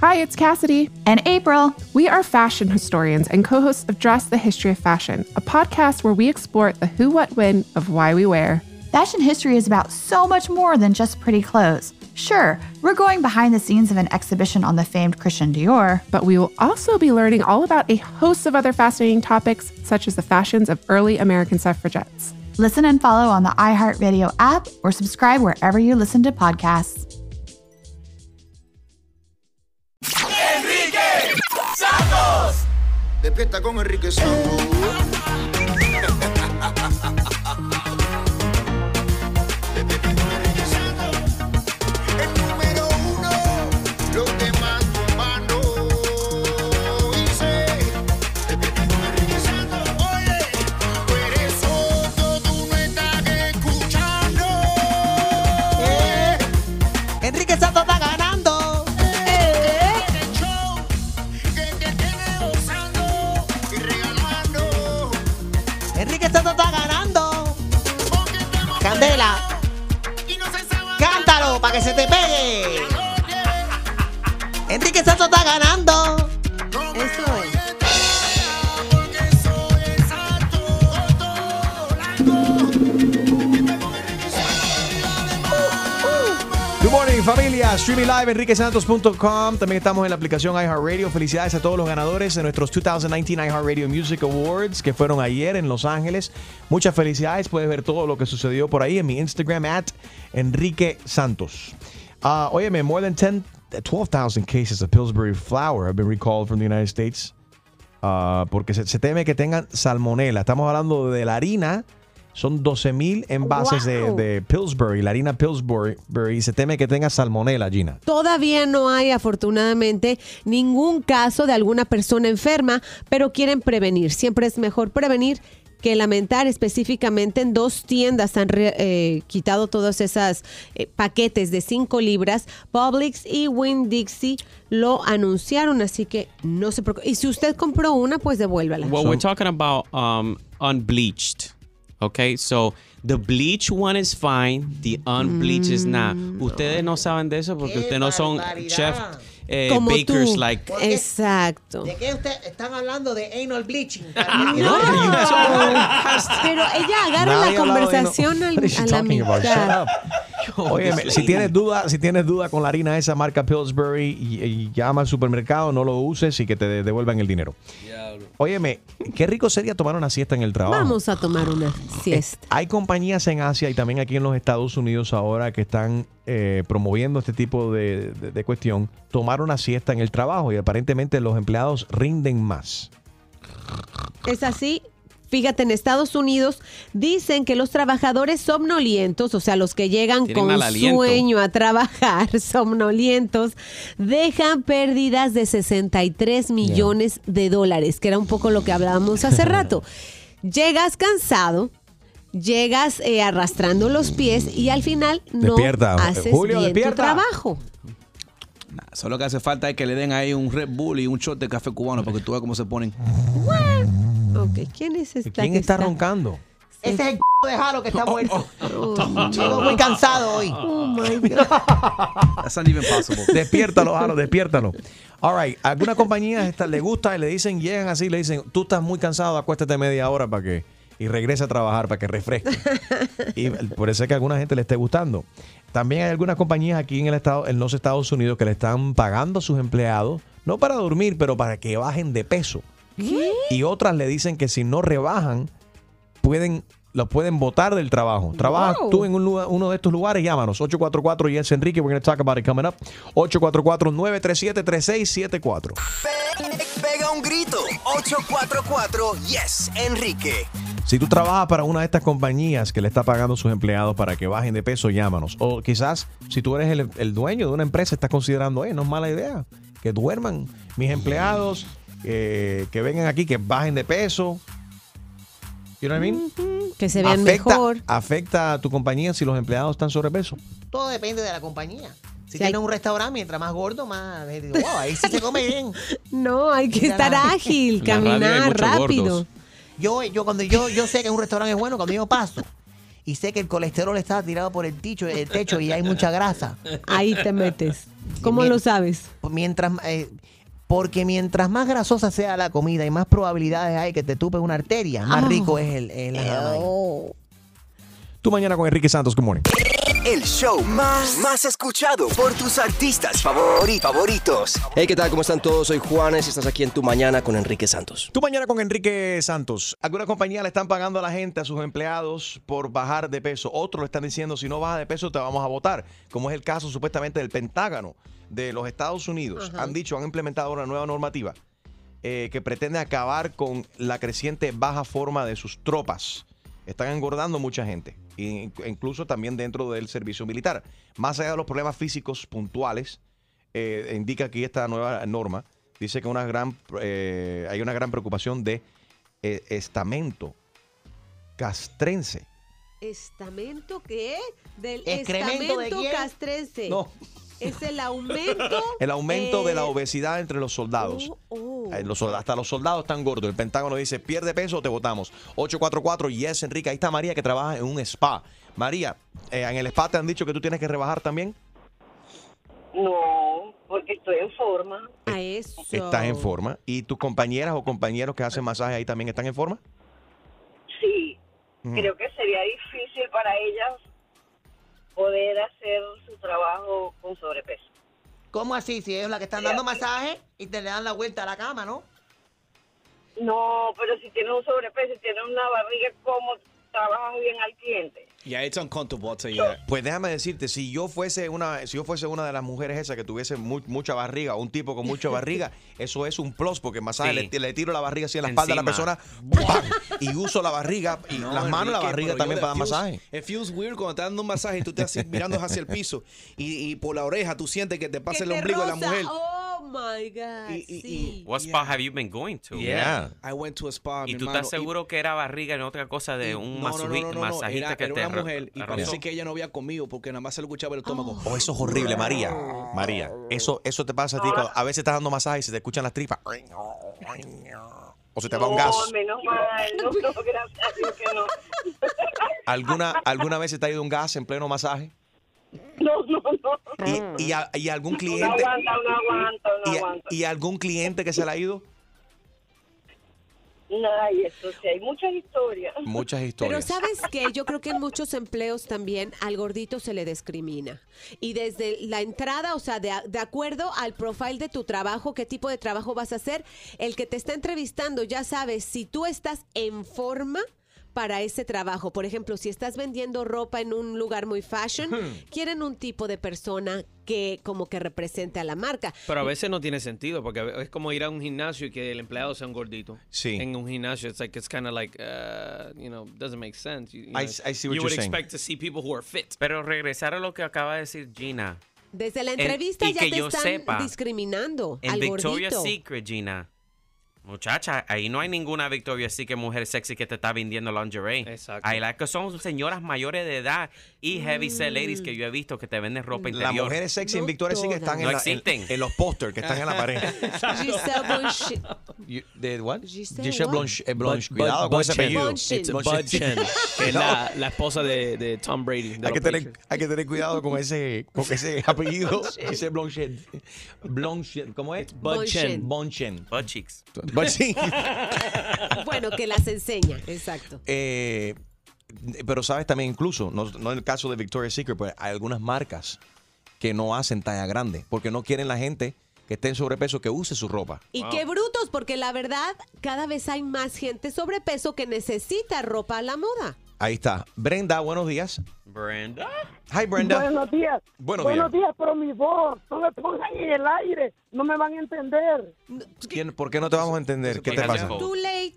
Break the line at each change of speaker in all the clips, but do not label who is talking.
Hi, it's Cassidy.
and April.
We are fashion historians and co hosts of Dress the History of Fashion, a podcast where we explore the who, what, when of why we wear.
Fashion history is about so much more than just pretty clothes. Sure, we're going behind the scenes of an exhibition on the famed Christian Dior,
But we will also be learning all about a host of other fascinating topics, such as the fashions of early American suffragettes.
Listen and follow on the iHeartRadio app or subscribe wherever you listen to podcasts.
Enrique Santos.
Despierta con Enrique Santos. Despierta con Enrique Santos. El número uno, los demás tumbando. Dice, despierta con Enrique Santos. Oye, tú eres sordo, tú no estás escuchando.
Eh, Enrique Santos está ganando. Eh,
El show que te tiene gozando y regalando.
Enrique Santos está ganando.
Porque estamos
Candela,
y no se sabe.
cántalo para que se te pegue. Enrique Santos está ganando. Eso es.
Good morning familia, streaming live enriquesantos.com. También estamos en la aplicación iHeartRadio. Felicidades a todos los ganadores de nuestros 2019 iHeartRadio Music Awards que fueron ayer en Los Ángeles. Muchas felicidades, puedes ver todo lo que sucedió por ahí en mi Instagram at Enrique Santos. Uh, óyeme, more than 10 12,000 cases of Pillsbury flour have been recalled from the United States uh, porque se, se teme que tengan salmonela. Estamos hablando de la harina. Son 12.000 envases de- de, eh, Pillsbury, la harina Pillsbury. Y se teme que tenga salmonela, Gina.
Todavía no hay, afortunadamente, ningún caso de alguna persona enferma, pero quieren prevenir. Siempre es mejor prevenir que lamentar. Específicamente en dos tiendas han re- eh, quitado todos esos paquetes de 5 libras. Publix y Winn-Dixie lo anunciaron, así que no se preocupe. Y si usted compró una, pues devuélvala.
Well, we're talking about um, unbleached. Okay, so the bleach one is fine, the unbleached is not.
Mm.
Ustedes no saben de eso porque
¡Qué
ustedes no son
barbaridad!
chef eh,
Como
bakers
tú.
like. eh,
¿Por qué?
Exacto.
¿De qué usted están hablando de anal bleaching?
No, pero ella agarra
Nadie
la
ha hablado de-
conversación al-
What is she
a la
talking about?
mitad.
Shut
Oh,
up. Óyeme, si tienes duda, si tienes duda con la harina esa marca Pillsbury, y- y llama al supermercado, no lo uses y que te de- devuelvan el dinero. Óyeme, qué rico sería tomar una siesta en el trabajo.
Vamos a tomar una siesta.
Hay compañías en Asia y también aquí en los Estados Unidos ahora que están eh, promoviendo este tipo de, de- de cuestión, tomar una siesta en el trabajo y aparentemente los empleados rinden más.
Es así. Fíjate, en Estados Unidos dicen que los trabajadores somnolientos, o sea, los que llegan
Tienen
con
mal aliento.
sueño a trabajar, somnolientos, dejan pérdidas de 63 millones de dólares, que era un poco lo que hablábamos hace rato. Llegas cansado, llegas eh, arrastrando los pies y al final no
Despierta,
haces
Julio,
bien
despierta.
tu trabajo.
Nah, Solo que hace falta es que le den ahí un Red Bull y un shot de café cubano para que tú veas cómo se ponen.
Ok, ¿quién es esta?
¿Quién
que
está, roncando?
Ese es el de Jaro que está muerto.
Oh,
Llegó muy cansado hoy.
oh my God.
That's not even possible.
Despiértalo, Jaro, despiértalo. All right, algunas compañías esta- le gusta y le dicen, llegan así, le dicen, tú estás muy cansado, acuéstate media hora para que... Y regresa a trabajar para que refresque. Y por eso es que a alguna gente le esté gustando. También hay algunas compañías aquí en, el estado, en los Estados Unidos que le están pagando a sus empleados, no para dormir, pero para que bajen de peso. Y otras le dicen que si no rebajan, pueden los pueden votar del trabajo. Trabajas tú en un lugar- uno de estos lugares, llámanos. 844 yes Enrique, we're going to talk about it coming up. 844-937-3674.
Pega un grito. 844 Yes, Enrique.
Si tú trabajas para una de estas compañías que le está pagando a sus empleados para que bajen de peso, llámanos. O quizás si tú eres el, el dueño de una empresa, estás considerando, eh, no es mala idea, que duerman mis empleados, eh, que vengan aquí, que bajen de peso. You know what I mean?
Que se vean
afecta,
mejor.
afecta a tu compañía si los empleados están sobrepeso.
Todo depende de la compañía. Si
Sí,
tienes
hay-
un restaurante, mientras más gordo, más. gente, Wow, ahí sí se come bien.
No, hay que estar ágil,
En la radio hay
caminar
muchos
rápido.
gordos.
Yo, yo cuando yo, yo sé que un restaurante es bueno, cuando yo paso y sé que el colesterol está tirado por el techo, el techo y hay mucha grasa.
Ahí te metes. ¿Cómo lo sabes?
Mientras, eh, porque mientras más grasosa sea la comida y más probabilidades hay que te tupe una arteria, más
Ah.
Oh.
rico es el, el
Eh,
ajá.
Tú mañana con Enrique Santos, good morning.
El show más, más escuchado por tus artistas favori- favoritos.
Hey, ¿qué tal? ¿Cómo están todos? Soy Juanes y estás aquí en Tu Mañana con Enrique Santos.
Tú mañana con Enrique Santos. Algunas compañías le están pagando a la gente, a sus empleados, por bajar de peso. Otros le están diciendo, si no bajas de peso, te vamos a votar. Como es el caso supuestamente del Pentágono de los Estados Unidos. Han dicho, han implementado una nueva normativa eh, que pretende acabar con la creciente baja forma de sus tropas. Están engordando mucha gente, in- incluso también dentro del servicio militar. Más allá de los problemas físicos puntuales, eh, indica aquí esta nueva norma. Dice que una gran, eh, hay una gran preocupación de eh, estamento castrense.
¿Estamento qué? Del
¿Excremento de
estamento
quién?
castrense.
No.
Es el aumento.
El aumento
eh,
de la obesidad entre los soldados.
oh.
Eh, los solda- hasta los soldados están gordos. El Pentágono dice, pierde peso o te votamos. 844, yes, Enrique. Ahí está María que trabaja en un spa. María, eh, en el spa te han dicho que tú tienes que rebajar también.
No, porque estoy en forma.
A eso.
Estás en forma. ¿Y tus compañeras o compañeros que hacen masaje ahí también están en forma?
Sí,
Ujú.
creo que sería difícil para ellas poder hacer su trabajo con sobrepeso.
¿Cómo así? Si ellos la que están dando masaje y te le dan la vuelta a la cama, ¿no?
No, pero si tienen un sobrepeso, si tienen una barriga, ¿cómo trabajan bien al cliente?
Yeah, it's uncomfortable to you.
Pues déjame decirte, si yo fuese una, si yo fuese una de las mujeres esas que tuviese mu- mucha barriga, o un tipo con mucha barriga, eso es un plus, porque masaje
Sí.
le, le tiro la barriga así en la espalda a la
Encima.
persona ¡pam! y uso la barriga y
No,
las manos la
Enrique,
barriga
pero
también
yo
para dar
de- feels-
masaje.
It feels weird cuando te dando un masaje y tú te así mirando hacia el piso y, y por la oreja tú sientes que te pasa el
te
ombligo de la
roza.
mujer.
Oh my God. sí.
What spa have you been going to?
Yeah. I went to a spa.
¿Y
mi
tú
hermano,
estás seguro que era barriga y no otra cosa de
y-
un
no, no, no,
masaji-
no, no, no,
masajista
era,
que
era
te
una
ro-
mujer y
rozó?
parece que ella no había comido porque nada más se le escuchaba el estómago.
Oh, eso es horrible, María. María, eso, eso te pasa a ti. cuando a veces estás dando masaje y se te escuchan las tripas.
Oh.
O se te va un gas.
No, Oh, menos mal, no, no, gracias a Dios que no.
¿Alguna, alguna vez se te ha ido un gas en pleno masaje?
No, no, no.
Y, y a- y algún
No
cliente.
aguanta, no aguanta, no
y,
aguanta.
y algún cliente que se le ha ido?
Ay, eso sí, hay muchas historias.
Muchas
Pero
historias.
sabes que yo creo que en muchos empleos también al gordito se le discrimina. Y desde la entrada, o sea, de, a- de acuerdo al profile de tu trabajo, qué tipo de trabajo vas a hacer, el que te está entrevistando ya sabes si tú estás en forma para ese trabajo. Por ejemplo, si estás vendiendo ropa en un lugar muy fashion,
Hmm.
quieren un tipo de persona que como que represente a la marca.
Pero a veces no tiene sentido porque es como ir a un gimnasio y que el empleado sea un gordito.
Sí.
En un gimnasio, it's like it's kind of like, uh, you know, doesn't make sense. You, you
I
know,
s- I see what you're
you would
saying.
expect to see people who are fit.
Pero regresar a lo que acaba de decir Gina.
Desde la
En-
entrevista
y
ya
que
te
yo
están
sepa,
discriminando
En
al
Victoria's
gordito.
Secret, Gina. Muchacha, ahí no hay ninguna Victoria's Secret mujer sexy que te está vendiendo lingerie. Exacto. Ahí las que son señoras mayores de edad y heavy set ladies que yo he visto que te venden ropa interior.
Mm. Las mujeres sexy en Victoria sí que están en,
No
la- en-
existen.
en los pósters que están en la pared.
Giselle Bouchet.
You- ¿De what?
Giselle
Giselle
what?
Blanche. eh, Blanche.
Bud-
Cuidado
Bud-
con ese
Bunchen.
apellido.
It's Bunchen, que es la, la esposa de, de Tom Brady. de
Hay que,
los
tener,
Patriots.
hay que tener cuidado con ese, con ese apellido. Ese Blanchet. Blanchet. ¿Cómo es?
Bunchen.
Bunchen.
Bunchix.
Bueno, que las enseña, exacto.
Eh, pero sabes también, incluso, no, no en el caso de Victoria's Secret, pero hay algunas marcas que no hacen talla grande porque no quieren la gente que esté en sobrepeso que use su ropa.
Y qué brutos, porque la verdad, cada vez hay más gente sobrepeso que necesita ropa a la moda.
Ahí está. Brenda, buenos días.
Brenda.
Hi, Brenda.
Buenos días.
Buenos
días. pero mi voz, no me pongan en el aire, no me van a entender.
¿Quién- ¿Por qué no te vamos a entender? ¿Qué te pasa?
Too
late.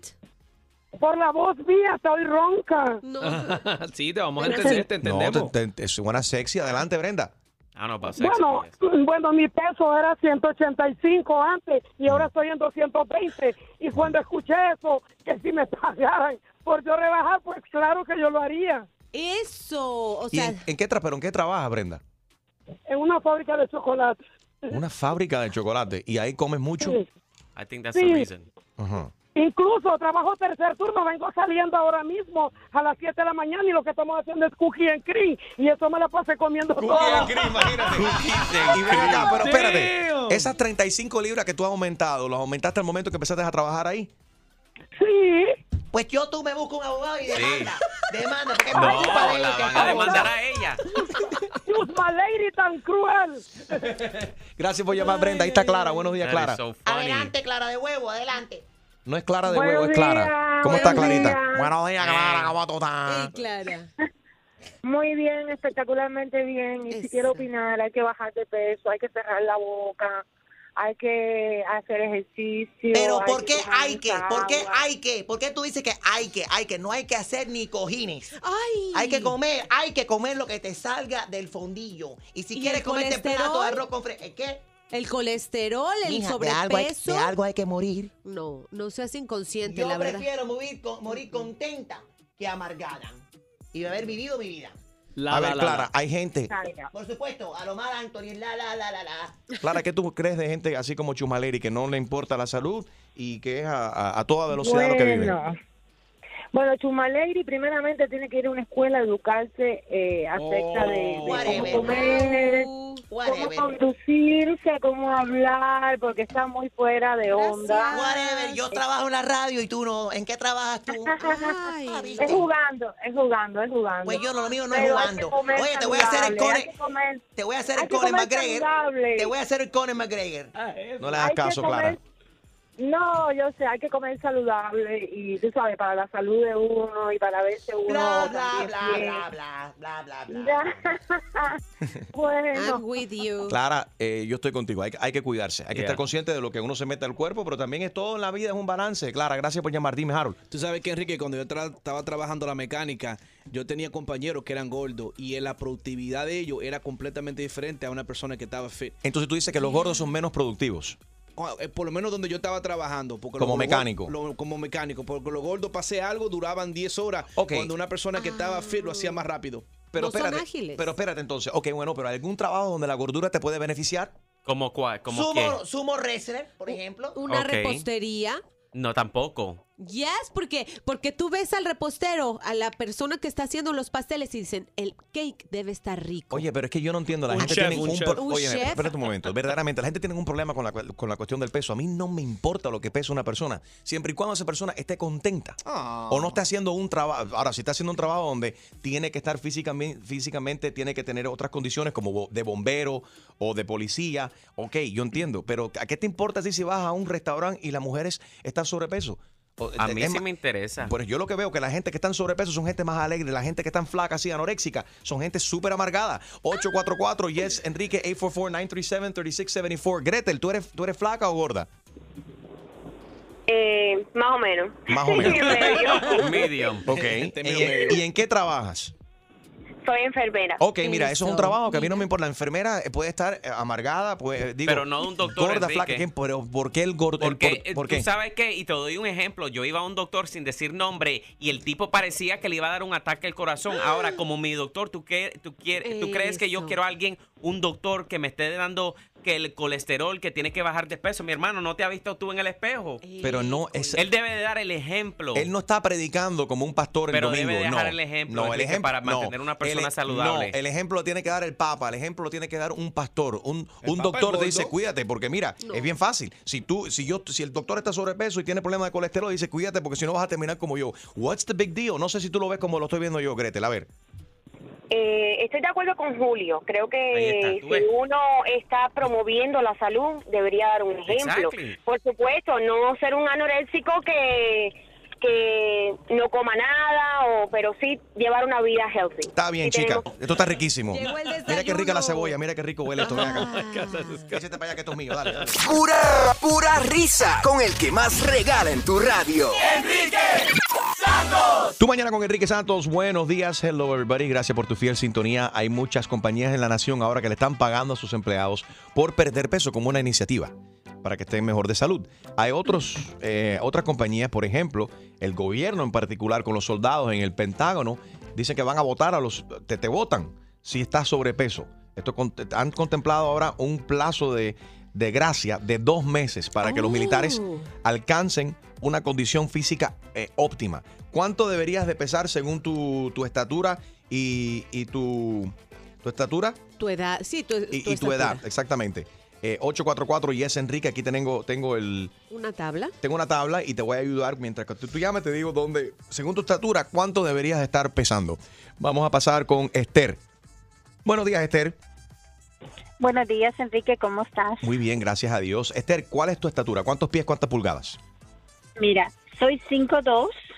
Por la voz mía, estoy ronca.
Ah, sí, te vamos a entender, te entendemos.
No, te- te- suena sexy. Adelante, Brenda.
Ah, no, pasa.
Bueno,
pues.
bueno, mi peso era 185 antes y
Mm.
ahora estoy en 220. Y cuando escuché eso, que si me pagaran por yo rebajar, pues claro que yo lo haría.
Eso, o
¿Y en, en qué tra- pero en qué trabaja, Brenda?
en una fábrica de chocolate.
Una fábrica de chocolate. Y ahí comes mucho.
I think
that's the Sí. reason.
Ajá.
Incluso trabajo tercer turno, vengo saliendo ahora mismo a las 7 de la mañana y lo que estamos haciendo es cookie and cream y eso me la pasé comiendo todo.
Y ven acá, pero espérate. Esas 35 libras que tú has aumentado, ¿las aumentaste al momento que empezaste a trabajar ahí?
Sí.
Pues yo tú me busco un abogado y demanda. Demanda, porque
No,
es mi culpa de
la
ellos que
van
están
a demandar
abogados.
a ella.
Dios, my lady tan cruel.
Gracias por llamar, Brenda. Ahí está Clara. Buenos días,
That is
Clara.
so
Adelante, Clara de Huevo, adelante.
No es Clara de
Buenos
huevo, es Clara.
días,
¿Cómo está,
buenos
Clarita?
días.
Buenos días, Clara. ¿Cómo tú
Ey,
estás?
Clara.
Muy bien, espectacularmente bien. Y si quiero opinar, hay que bajar de peso, hay que cerrar la boca, hay que hacer ejercicio.
Pero
hay
¿por
que
qué
tomar
hay que?
mucha
¿Por qué
agua.
hay que? ¿Por qué tú dices que hay que? Hay que, no hay que hacer ni cojines. Hay que comer, hay que comer lo que te salga del fondillo. Y si
¿Y
quieres
el
comerte plato
colesterol?
de arroz con fre- ¿eh, ¿qué?
El colesterol, el
Mija, de algo hay-
sobrepeso.
de algo hay que morir.
No, no seas inconsciente,
Yo
la verdad.
prefiero morir, con- morir contenta que amargada y haber vivido mi vida.
a ver, Clara, hay gente.
Por supuesto, a lo mal Anthony, la la la la la.
Clara, ¿qué tú crees de gente así como Chumaleri que no le importa la salud y que es a, a- a toda velocidad lo que vive?
Bueno. Bueno, Chumalegri primeramente tiene que ir a una escuela a educarse eh, acerca de,
Oh.
de cómo comer, cómo conducirse, cómo hablar, porque está muy fuera de onda.
Whatever,
Eh.
yo trabajo en la radio y tú no. ¿En qué trabajas tú? Ah, ¿viste?
Es jugando, es jugando, es jugando.
Pues yo lo mío no es
Pero hay
jugando.
que comer
Oye, te voy a hacer el
saludable,
Conor-
hay que comer-
Te voy a hacer
hay
el
que
Conor
comer
McGregor.
saludable.
Te voy a hacer el Conor McGregor.
Ah,
No le hagas
Hay que
caso,
comer-
Clara.
No, yo sé, hay que comer saludable y tú sabes, para la salud de uno y para verse uno.
Bla, bla,
también
bla,
bien.
bla, bla, bla, bla, bla.
bueno.
I'm with you.
Clara, eh, yo estoy contigo. Hay, que- hay que cuidarse. Hay que estar consciente de lo que uno se mete al cuerpo, pero también es todo en la vida, es un balance. Clara, gracias por llamar. Dime, Harold.
Tú sabes que, Enrique, cuando yo tra- estaba trabajando la mecánica, yo tenía compañeros que eran gordos y la productividad de ellos era completamente diferente a una persona que estaba fit.
Entonces tú dices que los gordos son menos productivos.
Ah, eh, Por lo menos donde yo estaba trabajando. Porque
Como
los-
mecánico.
lo- como mecánico. Porque los gordos pasé algo, duraban 10 horas. Cuando una persona que estaba fit lo hacía más rápido.
Pero espérate, Pero espérate entonces. Ok, bueno, pero ¿algún trabajo donde la gordura te puede beneficiar?
¿Como cuál? ¿Como qué?
Sumo, sumo wrestler, por ejemplo.
Una
Ok.
repostería.
No, tampoco.
Yes, porque porque tú ves al repostero, a la persona que está haciendo los pasteles y dicen, "El cake debe estar rico."
Oye, pero es que yo no entiendo. La
Un
gente
chef,
tiene
un
un,
chef.
pro-
Un
Oye,
chef.
espérate un momento. Verdaderamente, la gente tiene un problema con la, cu- con la cuestión del peso. A mí no me importa lo que pesa una persona, siempre y cuando esa persona esté contenta.
Ah.
O no esté haciendo un trabajo. Ahora, si está haciendo un trabajo donde tiene que estar físicamente, físicamente tiene que tener otras condiciones como bo- de bombero o de policía. Ok, yo entiendo. Pero ¿a qué te importa si si vas a un restaurante y las mujeres están sobrepeso? O-
A
es-
mí
es
sí
ma-
me interesa.
Bueno, yo lo que veo que la gente que está en sobrepeso son gente más alegre, la gente que está en flaca, así anoréxica, son gente súper amargada. 844 yes Enrique 844-937-3674. Gretel, ¿tú eres tú eres flaca o gorda?
Eh, más o menos.
Más o menos.
Medio.
Medium.
Ok. ¿Y, y en qué trabajas?
Soy enfermera.
Ok, mira, eso es un trabajo que a mí no me importa. La enfermera eh, puede estar eh, amargada, puede, eh, digo,
Pero no de un doctor,
gorda,
Enrique.
flaca, ¿qué? pero ¿por qué el gordo? el
Porque
por-
eh,
¿Por
tú
qué?
sabes qué, y te doy un ejemplo, yo iba a un doctor sin decir nombre y el tipo parecía que le iba a dar un ataque al corazón. Ahora, como mi doctor, ¿tú, qué, tú, quieres, ¿tú crees que yo
Eso.
quiero a alguien, un doctor que me esté dando que el colesterol, que tiene que bajar de peso? Mi hermano, ¿no te has visto tú en el espejo? Eh,
Pero no es
Él debe de dar el ejemplo.
Él no está predicando como un pastor el
Pero
domingo.
debe dejar
no.
el ejemplo,
No, el
Enrique,
ejemplo
para
no.
mantener una persona
El-
saludable.
No, el ejemplo lo tiene que dar el Papa, el ejemplo lo tiene que dar un pastor. Un, un
Papa
doctor
es
te dice,
gordo.
cuídate, porque mira, es bien fácil. Si tú, si yo, si el doctor está sobrepeso y tiene problemas de colesterol, dice, cuídate, porque si no vas a terminar como yo. What's the big deal? No sé si tú lo ves como lo estoy viendo yo, Gretel. A ver.
Eh, estoy de acuerdo con Julio. Creo
Ahí
que
está, tú
si
ves.
uno está promoviendo la salud, debería dar un ejemplo.
Exactly.
Por supuesto, no ser un anoréxico que que no coma nada, o pero sí llevar una vida healthy.
Está bien, chica. Esto está riquísimo.
Llegó el
Mira qué rica la cebolla, mira qué rico huele esto. Ven acá. Échate para allá que esto es mío, dale. dale.
Pura, pura risa con el que más regala en tu radio.
Enrique Santos.
Tú mañana con Enrique Santos. Buenos días, hello everybody. Gracias por tu fiel sintonía. Hay muchas compañías en la nación ahora que le están pagando a sus empleados por perder peso como una iniciativa para que estén mejor de salud. Hay otros, eh, otras compañías, por ejemplo, el gobierno en particular con los soldados en el Pentágono, dicen que van a votar a los, te, te votan si estás sobrepeso. Esto con- han contemplado ahora un plazo de de gracia de dos meses para que los militares
Oh.
alcancen una condición física eh, óptima. ¿Cuánto deberías de pesar según tu, tu estatura y, y tu, tu estatura
Tu edad, sí, tu,
y y tu,
estatura.
edad? Exactamente. Eh, 844 y es Enrique. Aquí tengo, tengo el,
Una tabla.
tengo una tabla y te voy a ayudar mientras que tú, tú llamas, te digo dónde, según tu estatura, cuánto deberías estar pesando. Vamos a pasar con Esther. Buenos días, Esther.
Buenos días, Enrique, ¿cómo estás?
Muy bien, gracias a Dios. Esther, ¿cuál es tu estatura? ¿Cuántos pies, cuántas pulgadas?
Mira, soy 5'2 y,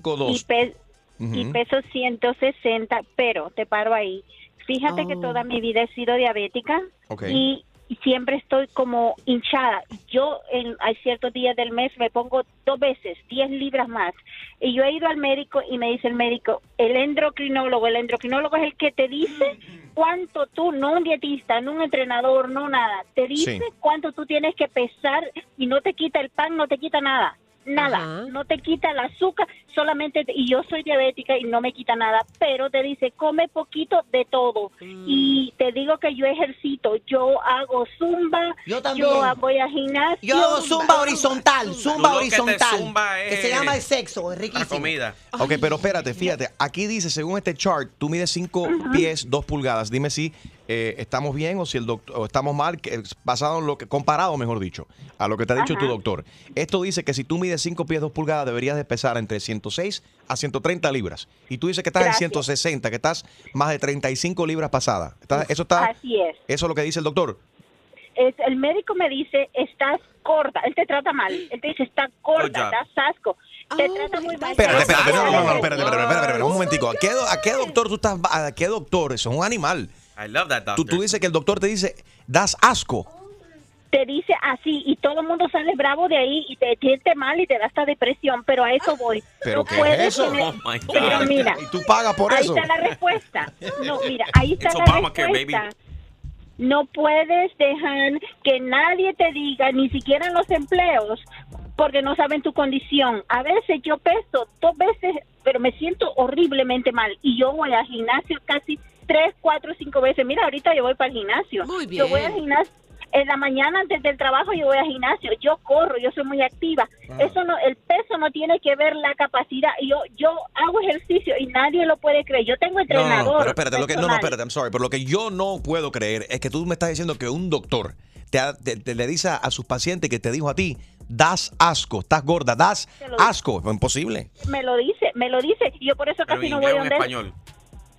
5'2".
pe-
Ujú.
y peso 160, pero te paro ahí. Fíjate que toda mi vida he sido diabética
Ah. Ok.
y siempre estoy como hinchada. Yo en, hay ciertos días del mes me pongo dos veces, 10 libras más. Y yo he ido al médico y me dice el médico, el endocrinólogo, el endocrinólogo es el que te dice cuánto tú, no un dietista, no un entrenador, no nada, te dice
Sí.
cuánto tú tienes que pesar y no te quita el pan, no te quita nada. Nada, no te quita el azúcar, solamente, te- y yo soy diabética y no me quita nada, pero te dice, come poquito de todo. Y te digo que yo ejercito, yo hago zumba, yo,
también.
hago- voy a gimnasio.
Yo hago zumba horizontal, zumba
Tú lo que te
horizontal.
zumba es-
que se llama el sexo, es riquísimo.
comida.
Ok, pero espérate, fíjate. Aquí dice, según este chart, tú mides 5 pies, 2 pulgadas. Dime si eh, estamos bien o si el doctor o estamos mal, que, es basado en lo que, comparado, mejor dicho, a lo que te ha dicho
Ajá.
tu doctor. Esto dice que si tú mides 5 pies, 2 pulgadas, deberías de pesar entre 106 a 130 libras. Y tú dices que estás
Gracias.
en 160, que estás más de 35 libras pasadas. Estás- eso está,
Así es.
eso es lo que dice el doctor.
es, el médico me dice, estás corta, él te trata mal, él te dice, está corta,
Oh, ya.
estás asco,
Ah,
te trata muy mal.
Espérate, espérate, no, no, no, no, espérate, espérate, espérate, espérate, espérate, un momentico. ¿A qué, do- a qué doctor tú estás? va- ¿A qué doctor? Eso es un animal.
I love
Tú,
that doctor.
tú dices que el doctor te dice, das asco.
Te dice así y todo el mundo sale bravo de ahí y te siente mal y te da hasta depresión, pero a eso voy.
¿Pero
No
qué
puedes
es eso?
tener-
my God.
Pero mira,
Oh Y tú pagas por
ahí
eso.
está la respuesta. No, mira, ahí está
It's
la
Obamacare, baby.
respuesta. No puedes dejar que nadie te diga, ni siquiera en los empleos, porque no saben tu condición. A veces yo peso dos veces, pero me siento horriblemente mal. Y yo voy al gimnasio casi tres, cuatro, cinco veces. Mira, ahorita yo voy para el gimnasio.
Muy bien.
Yo voy al gimnasio. En la mañana antes del trabajo yo voy al gimnasio, yo corro, yo soy muy activa. Eso no, el peso no tiene que ver la capacidad. Yo, yo hago ejercicio y nadie lo puede creer. Yo tengo
No, no,
entrenador.
no, pero espérate, lo que, no, no,
personal.
espérate, I'm sorry, pero lo que yo no puedo creer es que tú me estás diciendo que un doctor te, ha- te- te le dice a, a sus pacientes que te dijo a ti, das asco, estás gorda, das
Te lo digo.
asco, imposible.
Me lo dice, me lo dice. Y yo por eso casi no voy a donde él.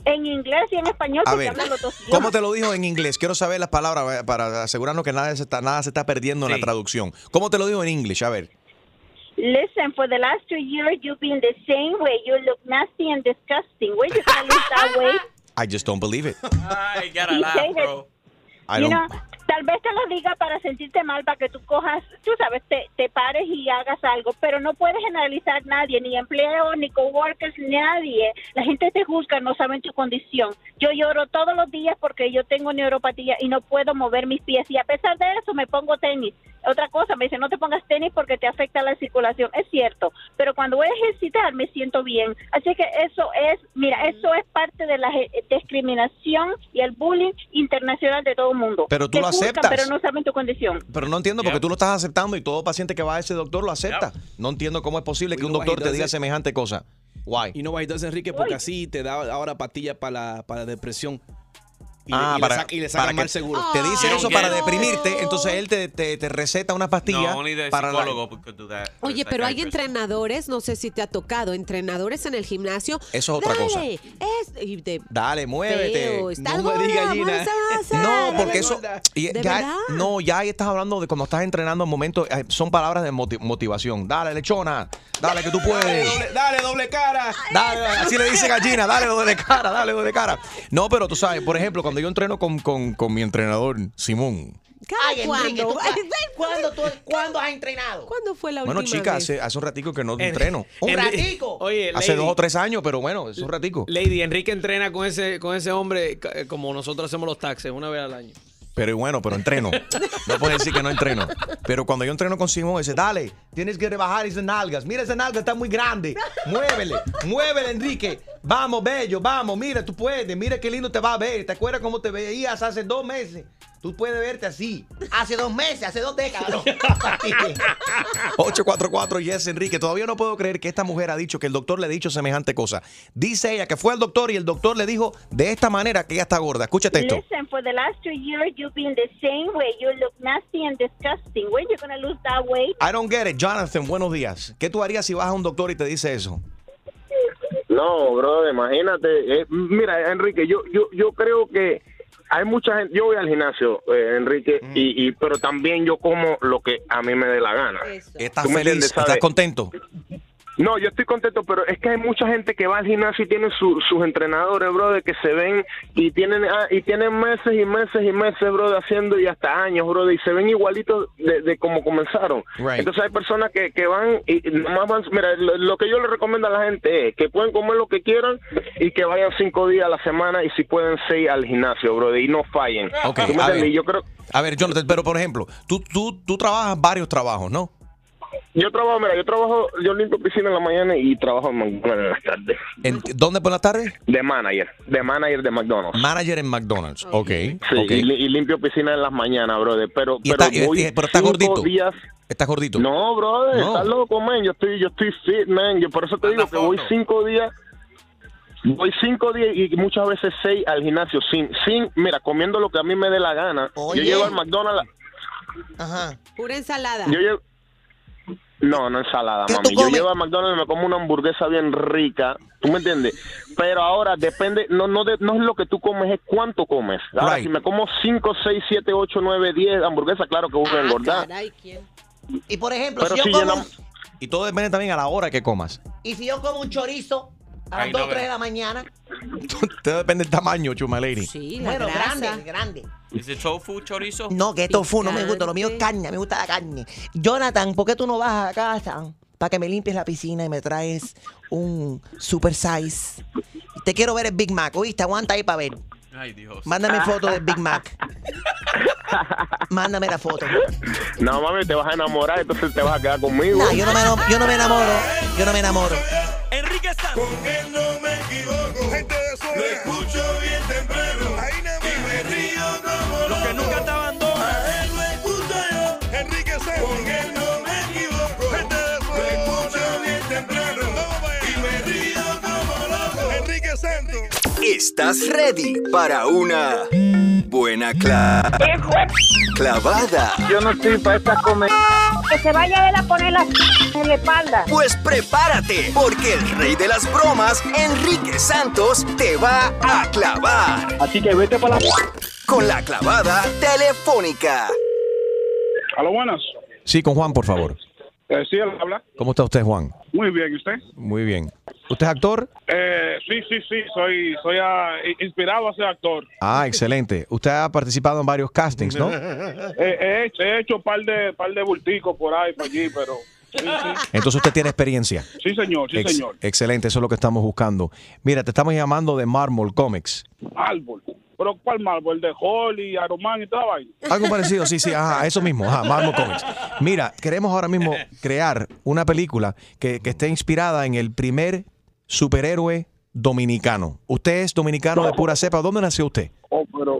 En inglés y en español,
A ver,
porque hablo los dos idiomas.
¿cómo te lo dijo en inglés? Quiero saber las palabras eh, para asegurarnos que nada se está, nada se está perdiendo en la traducción. ¿Cómo te lo dijo en inglés? A ver.
Listen, for the last two years you've been the same way. You look nasty and disgusting. Where you gonna lose that weight?
I just don't believe it.
Ay, gotta
You
laugh,
say that-
bro.
I
you
don't-
know, tal vez te lo diga para sentirte mal, para que tú cojas, tú sabes, te, te pares y hagas algo, pero no puedes generalizar nadie, ni empleo, ni coworkers, nadie. La gente te juzga, no saben tu condición. Yo lloro todos los días porque yo tengo neuropatía y no puedo mover mis pies y a pesar de eso me pongo tenis. Otra cosa, me dicen, no te pongas tenis porque te afecta la circulación. Es cierto, pero cuando voy a ejercitar me siento bien. Así que eso es, mira, eso es parte de la je- discriminación y el bullying internacional de todo el mundo.
Pero tú
Te
lo
juzgan,
aceptas.
Pero no saben tu condición.
Pero no entiendo porque tú lo estás aceptando y todo paciente que va a ese doctor lo acepta. No entiendo cómo es posible que un
know why
doctor
he
te
does
diga
it.
semejante cosa. Why?
Y no vas Enrique, porque así te da ahora patilla para la, para la depresión. Y, le-
Ah,
y le,
para-
saca- y le saca
para
mal
que-
seguro.
Te dice eso para deprimirte, entonces él te, te- te receta una pastilla
No, only the
para la-
psicólogo could do that.
Oye,
The
pero hay
psychiatrist.
entrenadores, no sé si te ha tocado, entrenadores en el gimnasio.
Eso es otra
Dale,
cosa.
Es, y de-
Dale, muévete.
Feo, estás No me diga, gorda, Gina. muévete,
No,
dale,
porque eso
gorda.
y-
¿De verdad?
ya, no, ya ahí estás hablando de cuando estás entrenando en momentos eh, son palabras de moti- motivación. Dale, lechona. Dale que tú
Dale,
puedes.
doble, dale, doble cara.
Dale, así le dice gallina, dale doble cara, dale doble cara. No, pero tú sabes, por ejemplo, cuando yo entreno con, con- con mi entrenador, Simón.
Ay, Enrique,
¿Cuándo?
¿tú, ¿cuándo, tú, ¿cuándo has entrenado?
¿Cuándo fue la
Bueno,
última
chica,
vez?
hace, hace un ratico que no entreno.
Un
En-
ratico.
Oye,
Hace
lady,
dos o tres años, pero bueno, es un ratico.
Lady, Enrique entrena con ese, con ese hombre ca- eh, como nosotros hacemos los taxes, una vez al año.
Pero bueno, pero entreno. No puedes decir que no entreno. Pero cuando yo entreno con Simón, dice, dale, tienes que rebajar esas nalgas. Mira, esa nalga está muy grande. Muévele, muévele, Enrique. Vamos, bello, vamos. Mira, tú puedes. Mira qué lindo te va a ver. ¿Te acuerdas cómo te veías hace dos meses?
Tú puedes verte así. Hace dos meses, hace dos décadas. ¿no?
844 Yes Enrique. Todavía no puedo creer que esta mujer ha dicho que el doctor le ha dicho semejante cosa. Dice ella que fue al doctor y el doctor le dijo de esta manera que ella está gorda. Escúchate esto.
Listen, for the last two years, you've been the same way. You look nasty and disgusting. When you're going to lose that weight?
I don't get it, Jonathan. Buenos días. ¿Qué tú harías si vas a un doctor y te dice eso?
No, brother, imagínate. Eh, mira, Enrique, yo, yo, yo creo que hay mucha gente. Yo voy al gimnasio, eh, Enrique,
Mm.
y, y- pero también yo como lo que a mí me dé la gana.
¿Estás
¿Tú me
feliz?
entiendes,
¿Estás
sabes?
contento?
No, yo estoy contento, pero es que hay mucha gente que va al gimnasio y tiene su- sus entrenadores, brother, que se ven y tienen ah, y tienen meses y meses y meses, brother, haciendo y hasta años, brother, y se ven igualitos de, de como comenzaron.
Right.
Entonces hay personas que, que van y y nomás van, mira, lo, lo que yo le recomiendo a la gente es que pueden comer lo que quieran y que vayan cinco días a la semana y si pueden seis al gimnasio, brother, y no fallen.
Ok,
¿Tú me
a
entiendes?
ver.
Y Yo creo,
A ver, Jonathan, pero por ejemplo, tú, tú, tú trabajas varios trabajos, ¿no?
yo trabajo, mira, yo trabajo, yo limpio piscina en la mañana y trabajo en McDonald's en las tardes.
¿En- ¿Dónde por la tarde?
De manager, de manager de McDonald's.
Manager en McDonald's. Ok.
Sí,
ok.
y, li- y limpio piscina en las mañanas, brother. Pero,
Y
pero,
está- y-
voy
y- pero está
cinco
gordito.
días-
¿Estás gordito?
No, brother,
No.
estás loco, man. Yo estoy, yo estoy fit, man. Yo por eso te digo que voy cinco días. Voy cinco días y muchas veces seis al gimnasio sin, sin, mira, comiendo lo que a mí me dé la gana. Yo
Oye.
llego al McDonald's,
Ajá. Pura ensalada.
yo llevo... No, no ensalada,
¿Qué
mami.
tú
Yo
comes?
llevo a McDonald's y me como una hamburguesa bien rica. ¿Tú me entiendes? Pero ahora depende, no no de- no es lo que tú comes, es cuánto comes. Ahora,
Right.
si me como 5, 6, 7, 8, 9, 10 hamburguesas, claro que
Ah,
voy a engordar.
Y por ejemplo,
Pero
si yo
si
como,
llenamos- Y todo depende también a la hora que comas.
y si yo como un chorizo a las
Ay,
2
no,
o 3 de
pero-
la mañana,
Todo depende del tamaño, Chumalady.
bueno, grande, grande.
¿Es tofu, chorizo?
No, que tofu no me gusta, lo mío es carne, me gusta la carne. Jonathan, ¿por qué tú no vas a casa para que me limpies la piscina y me traes un super size? Te quiero ver el Big Mac, ¿oíste? Aguanta ahí para ver.
Ay, Dios.
Mándame foto del Big Mac. Mándame la foto.
No, mami, te vas a enamorar, entonces te vas a quedar conmigo.
No, yo no me, eno- yo no me enamoro, yo no me enamoro.
Enrique Santos. Con él no me equivoco. Gente de zona. Lo escucho bien temprano. Ahí nada más. Y me río como Los que nunca te abandonan. A él me gusta yo. Enrique Santos. Con él no me equivoco. Gente de zona. Lo escucho bien temprano. Y me río como loco. Enrique Santos.
¿Estás ready para una buena cla- clavada? Yo no estoy para esta comer.
Que se vaya a él a poner la en la espalda.
Pues prepárate, porque el rey de las bromas, Enrique Santos, te va a clavar. Así que vete para la... Con la clavada telefónica.
A lo buenas.
Sí, con Juan, por favor.
Eh, sí, él habla.
¿Cómo está usted, Juan?
Muy bien, ¿y usted?
Muy bien. ¿Usted es actor?
Eh, sí, sí, sí, soy, soy ah, i- inspirado a ser actor.
Ah, excelente. Usted ha participado en varios castings, ¿no?
Eh, he hecho- he hecho un par de, par de bulticos por ahí, por allí, pero... Sí, sí.
Entonces usted tiene experiencia.
Sí, señor, sí,
Ex-
señor.
Excelente, eso es lo que estamos buscando. Mira, te estamos llamando de Marmol Comics.
Árbol. ¿Pero cuál árbol? ¿El de Holly, Aroman y toda la vaina?
Algo parecido, sí, sí, ajá, eso mismo, ajá, Marmol Comics. Mira, queremos ahora mismo crear una película que, que esté inspirada en el primer superhéroe dominicano. Usted es dominicano de pura cepa. ¿Dónde nació usted?
Oh, pero...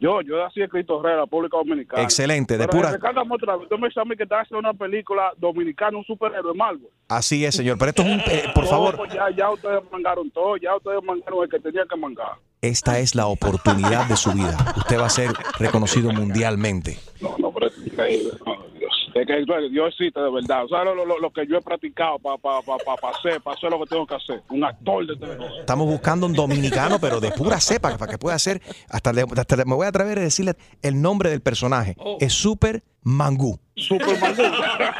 Yo, yo nací en Cristo Rey, la República Dominicana.
Excelente, de
Pero
pura-
recántame otra vez, tú me dijiste a mí que estás haciendo una película dominicana, un superhéroe, Marvel.
Así es, señor. Pero esto es un... eh, por
No,
favor,
pues ya, ya ustedes mangaron todo, ya ustedes mangaron el que tenía que mangar.
esta es la oportunidad de su vida. Usted va a ser reconocido mundialmente.
No, pero es increíble. No, Dios. Es que bueno, Dios existe de verdad. O sea, lo, lo- lo que yo he practicado para pa, pa, pa, pa hacer, para hacer lo que tengo que hacer. Un actor de este televisión.
Estamos buscando un dominicano, pero de pura cepa, para que pueda ser. Hasta, le- hasta le- me voy a atrever a decirle el nombre del personaje.
Oh.
Es Super Mangú.
Super Mangú.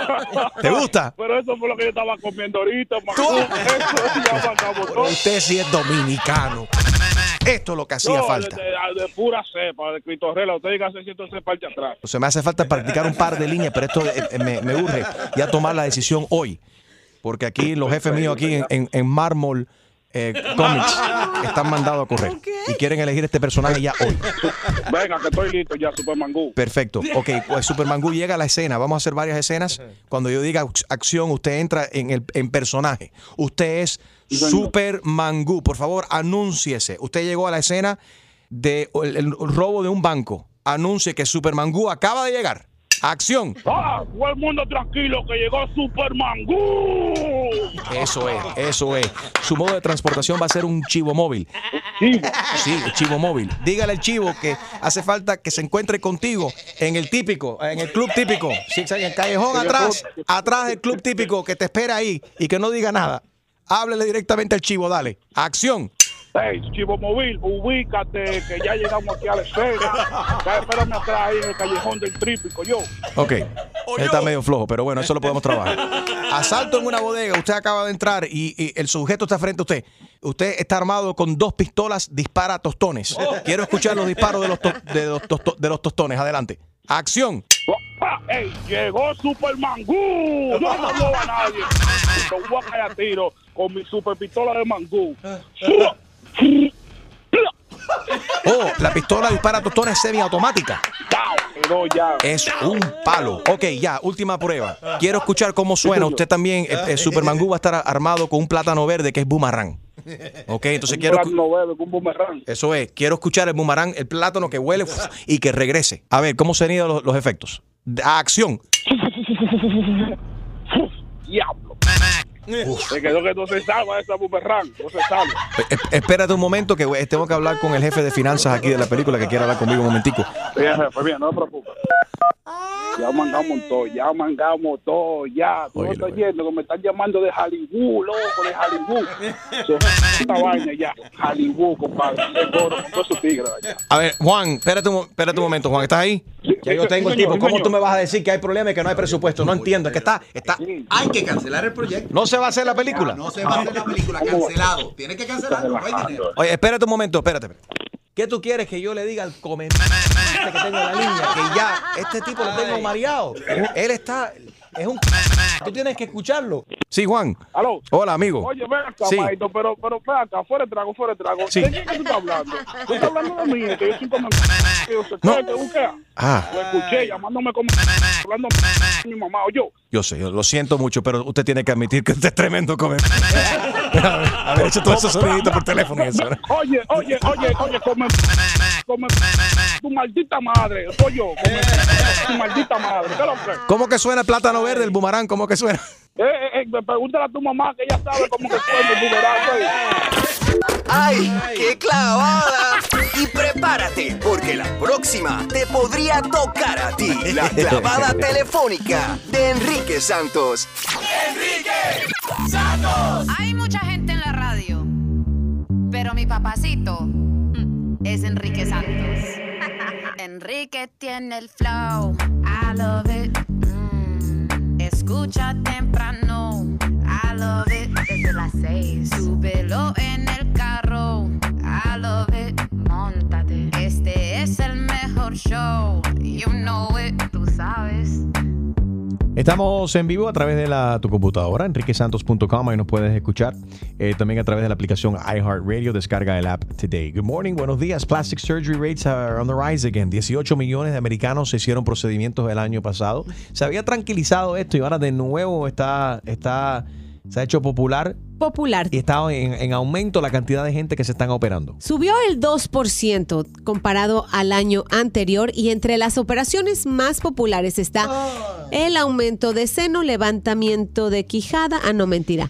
¿Te gusta?
Pero eso fue lo que yo estaba comiendo ahorita, Mangú. Eso es ya mangamos todo.
Usted sí es dominicano. Esto es lo que hacía
No,
falta.
De, de- de pura cepa, de Critorrela. Usted diga hace ciento ese parte atrás.
O sea, me hace falta practicar un par de líneas, pero esto eh, eh, me, me urge ya tomar la decisión hoy. Porque aquí los jefes míos aquí en, en- en Mármol eh, Comics están mandados a correr. Y quieren elegir este personaje ya hoy.
Venga, que estoy listo ya, Super Mangú.
Perfecto. Ok, pues Superman Goo llega a la escena. Vamos a hacer varias escenas. Cuando yo diga ac- acción, usted entra en el en personaje. Usted es Superman Goo. Por favor, anúnciese. Usted llegó a la escena del de, el- el robo de un banco. anuncie que Superman Gu acaba de llegar. Acción.
¡Ah! Todo el mundo tranquilo que llegó Superman. ¡Gu!
Eso es, eso es. Su modo de transportación va a ser un chivo móvil. ¿Chivo? Sí, un chivo móvil. Dígale al chivo que hace falta que se encuentre contigo en el típico, en el club típico. Sí, en el callejón atrás, atrás del club típico que te espera ahí y que no diga nada. Háblele directamente al chivo, dale. Acción.
Hey, Chivo Móvil, ubícate, que ya llegamos aquí a la escena. Ya espérame atrás ahí en el callejón del trípico, yo.
Ok. Está medio flojo, pero bueno, eso lo podemos trabajar. Asalto en una bodega, usted acaba de entrar y, y el sujeto está frente a usted. Usted está armado con dos pistolas, dispara a tostones. Quiero escuchar los disparos de los, to- de los, tosto- de los tostones. Adelante. Acción.
¡Ah! ¡Ey! Llegó Superman. ¡Gu! No me mueva nadie. Te voy a caer a tiro con mi super pistola de mangú. ¡Fua!
Oh, la pistola dispara a tostones semiautomática.
¡Tao! Pero ya.
Es un palo. Ok, ya, última prueba. Quiero escuchar cómo suena. Usted también, eh, eh, Superman Gu va a estar armado con un plátano verde que es boomerang. Ok, entonces
Un
quiero.
plátano verde con un boomerang.
Eso es, quiero escuchar el boomerang, el plátano que huele uf, y que regrese. A ver, ¿cómo serían los, los efectos? De- acción.
Diablo. Se quedó que no se salva esa boomerang. No se salva.
E- e- espérate un momento que eh, tengo que hablar con el jefe de finanzas aquí de la película que quiere hablar conmigo un momentico.
Bien, jefe, bien, no te preocupes. Ya mangamos todo, ya mangamos todo, ya. Tú no estás yendo, que me están llamando de Hollywood, loco, de Hollywood. Eso es esta vaina ya. Hollywood, compadre. El coro, con todos esos tigres allá.
A ver, Juan, espérate un, mo- espérate un momento, Juan, ¿estás ahí? Ya yo tengo el tipo. ¿Cómo tú me vas a decir que hay problemas y que no hay presupuesto? No entiendo, es que está, está.
Hay que cancelar el proyecto.
No se va a hacer la película.
No se va a hacer la película, cancelado. Tiene que cancelarlo, no hay dinero.
Oye, espérate un momento, espérate. espérate. ¿Qué tú quieres que yo le diga al comen este que tengo en la línea? Que ya, este tipo lo tengo mareado. Él está. Es un. Tú tienes que escucharlo. Sí, Juan.
Aló.
Hola, amigo.
Oye, ven acá,
Sí.
Maito, pero, pero ven acá, fuera de trago, fuera de trago.
Sí.
¿De quién que tú estás hablando? Tú estás hablando de mí, que yo soy como... que yo sé qué, que busquea.
Ah.
Lo escuché llamándome como... hablando mi mamá o yo.
Yo sé, yo lo siento mucho, pero usted tiene que admitir que usted es tremendo comen. Haber hecho todo ese sonidito por teléfono y eso. ¿no?
Oye, oye, oye, oye, come, come, tu maldita madre, soy yo, come, tu maldita madre, ¿qué lo que?
¿Cómo que suena el plátano verde, el bumarán? ¿Cómo que suena?
Eh, eh, eh, pregúntale a tu mamá que ella sabe cómo que fue el
¡Ay, qué clavada! Y prepárate, porque la próxima te podría tocar a ti. La clavada telefónica de Enrique Santos.
¡Enrique Santos!
Hay mucha gente en la radio, pero mi papacito mm, es Enrique Santos. Enrique tiene el flow, I love it. mm. Escucha temprano, I love it. Desde las seis, súbelo en el carro, I love it. Montate, este es el mejor show, you know it, tú sabes.
Estamos en vivo a través de la, tu computadora, enriquesantos.com, ahí nos puedes escuchar. Eh, también a través de la aplicación iHeartRadio, descarga el app today. Good morning, buenos días. Plastic surgery rates are on the rise again. 18 millones de americanos se hicieron procedimientos el año pasado. Se había tranquilizado esto y ahora de nuevo está, está, se ha hecho popular.
Popular.
Y está en, en aumento la cantidad de gente que se están operando.
Subió el 2% comparado al año anterior y entre las operaciones más populares está el aumento de seno, levantamiento de quijada, ah no mentira.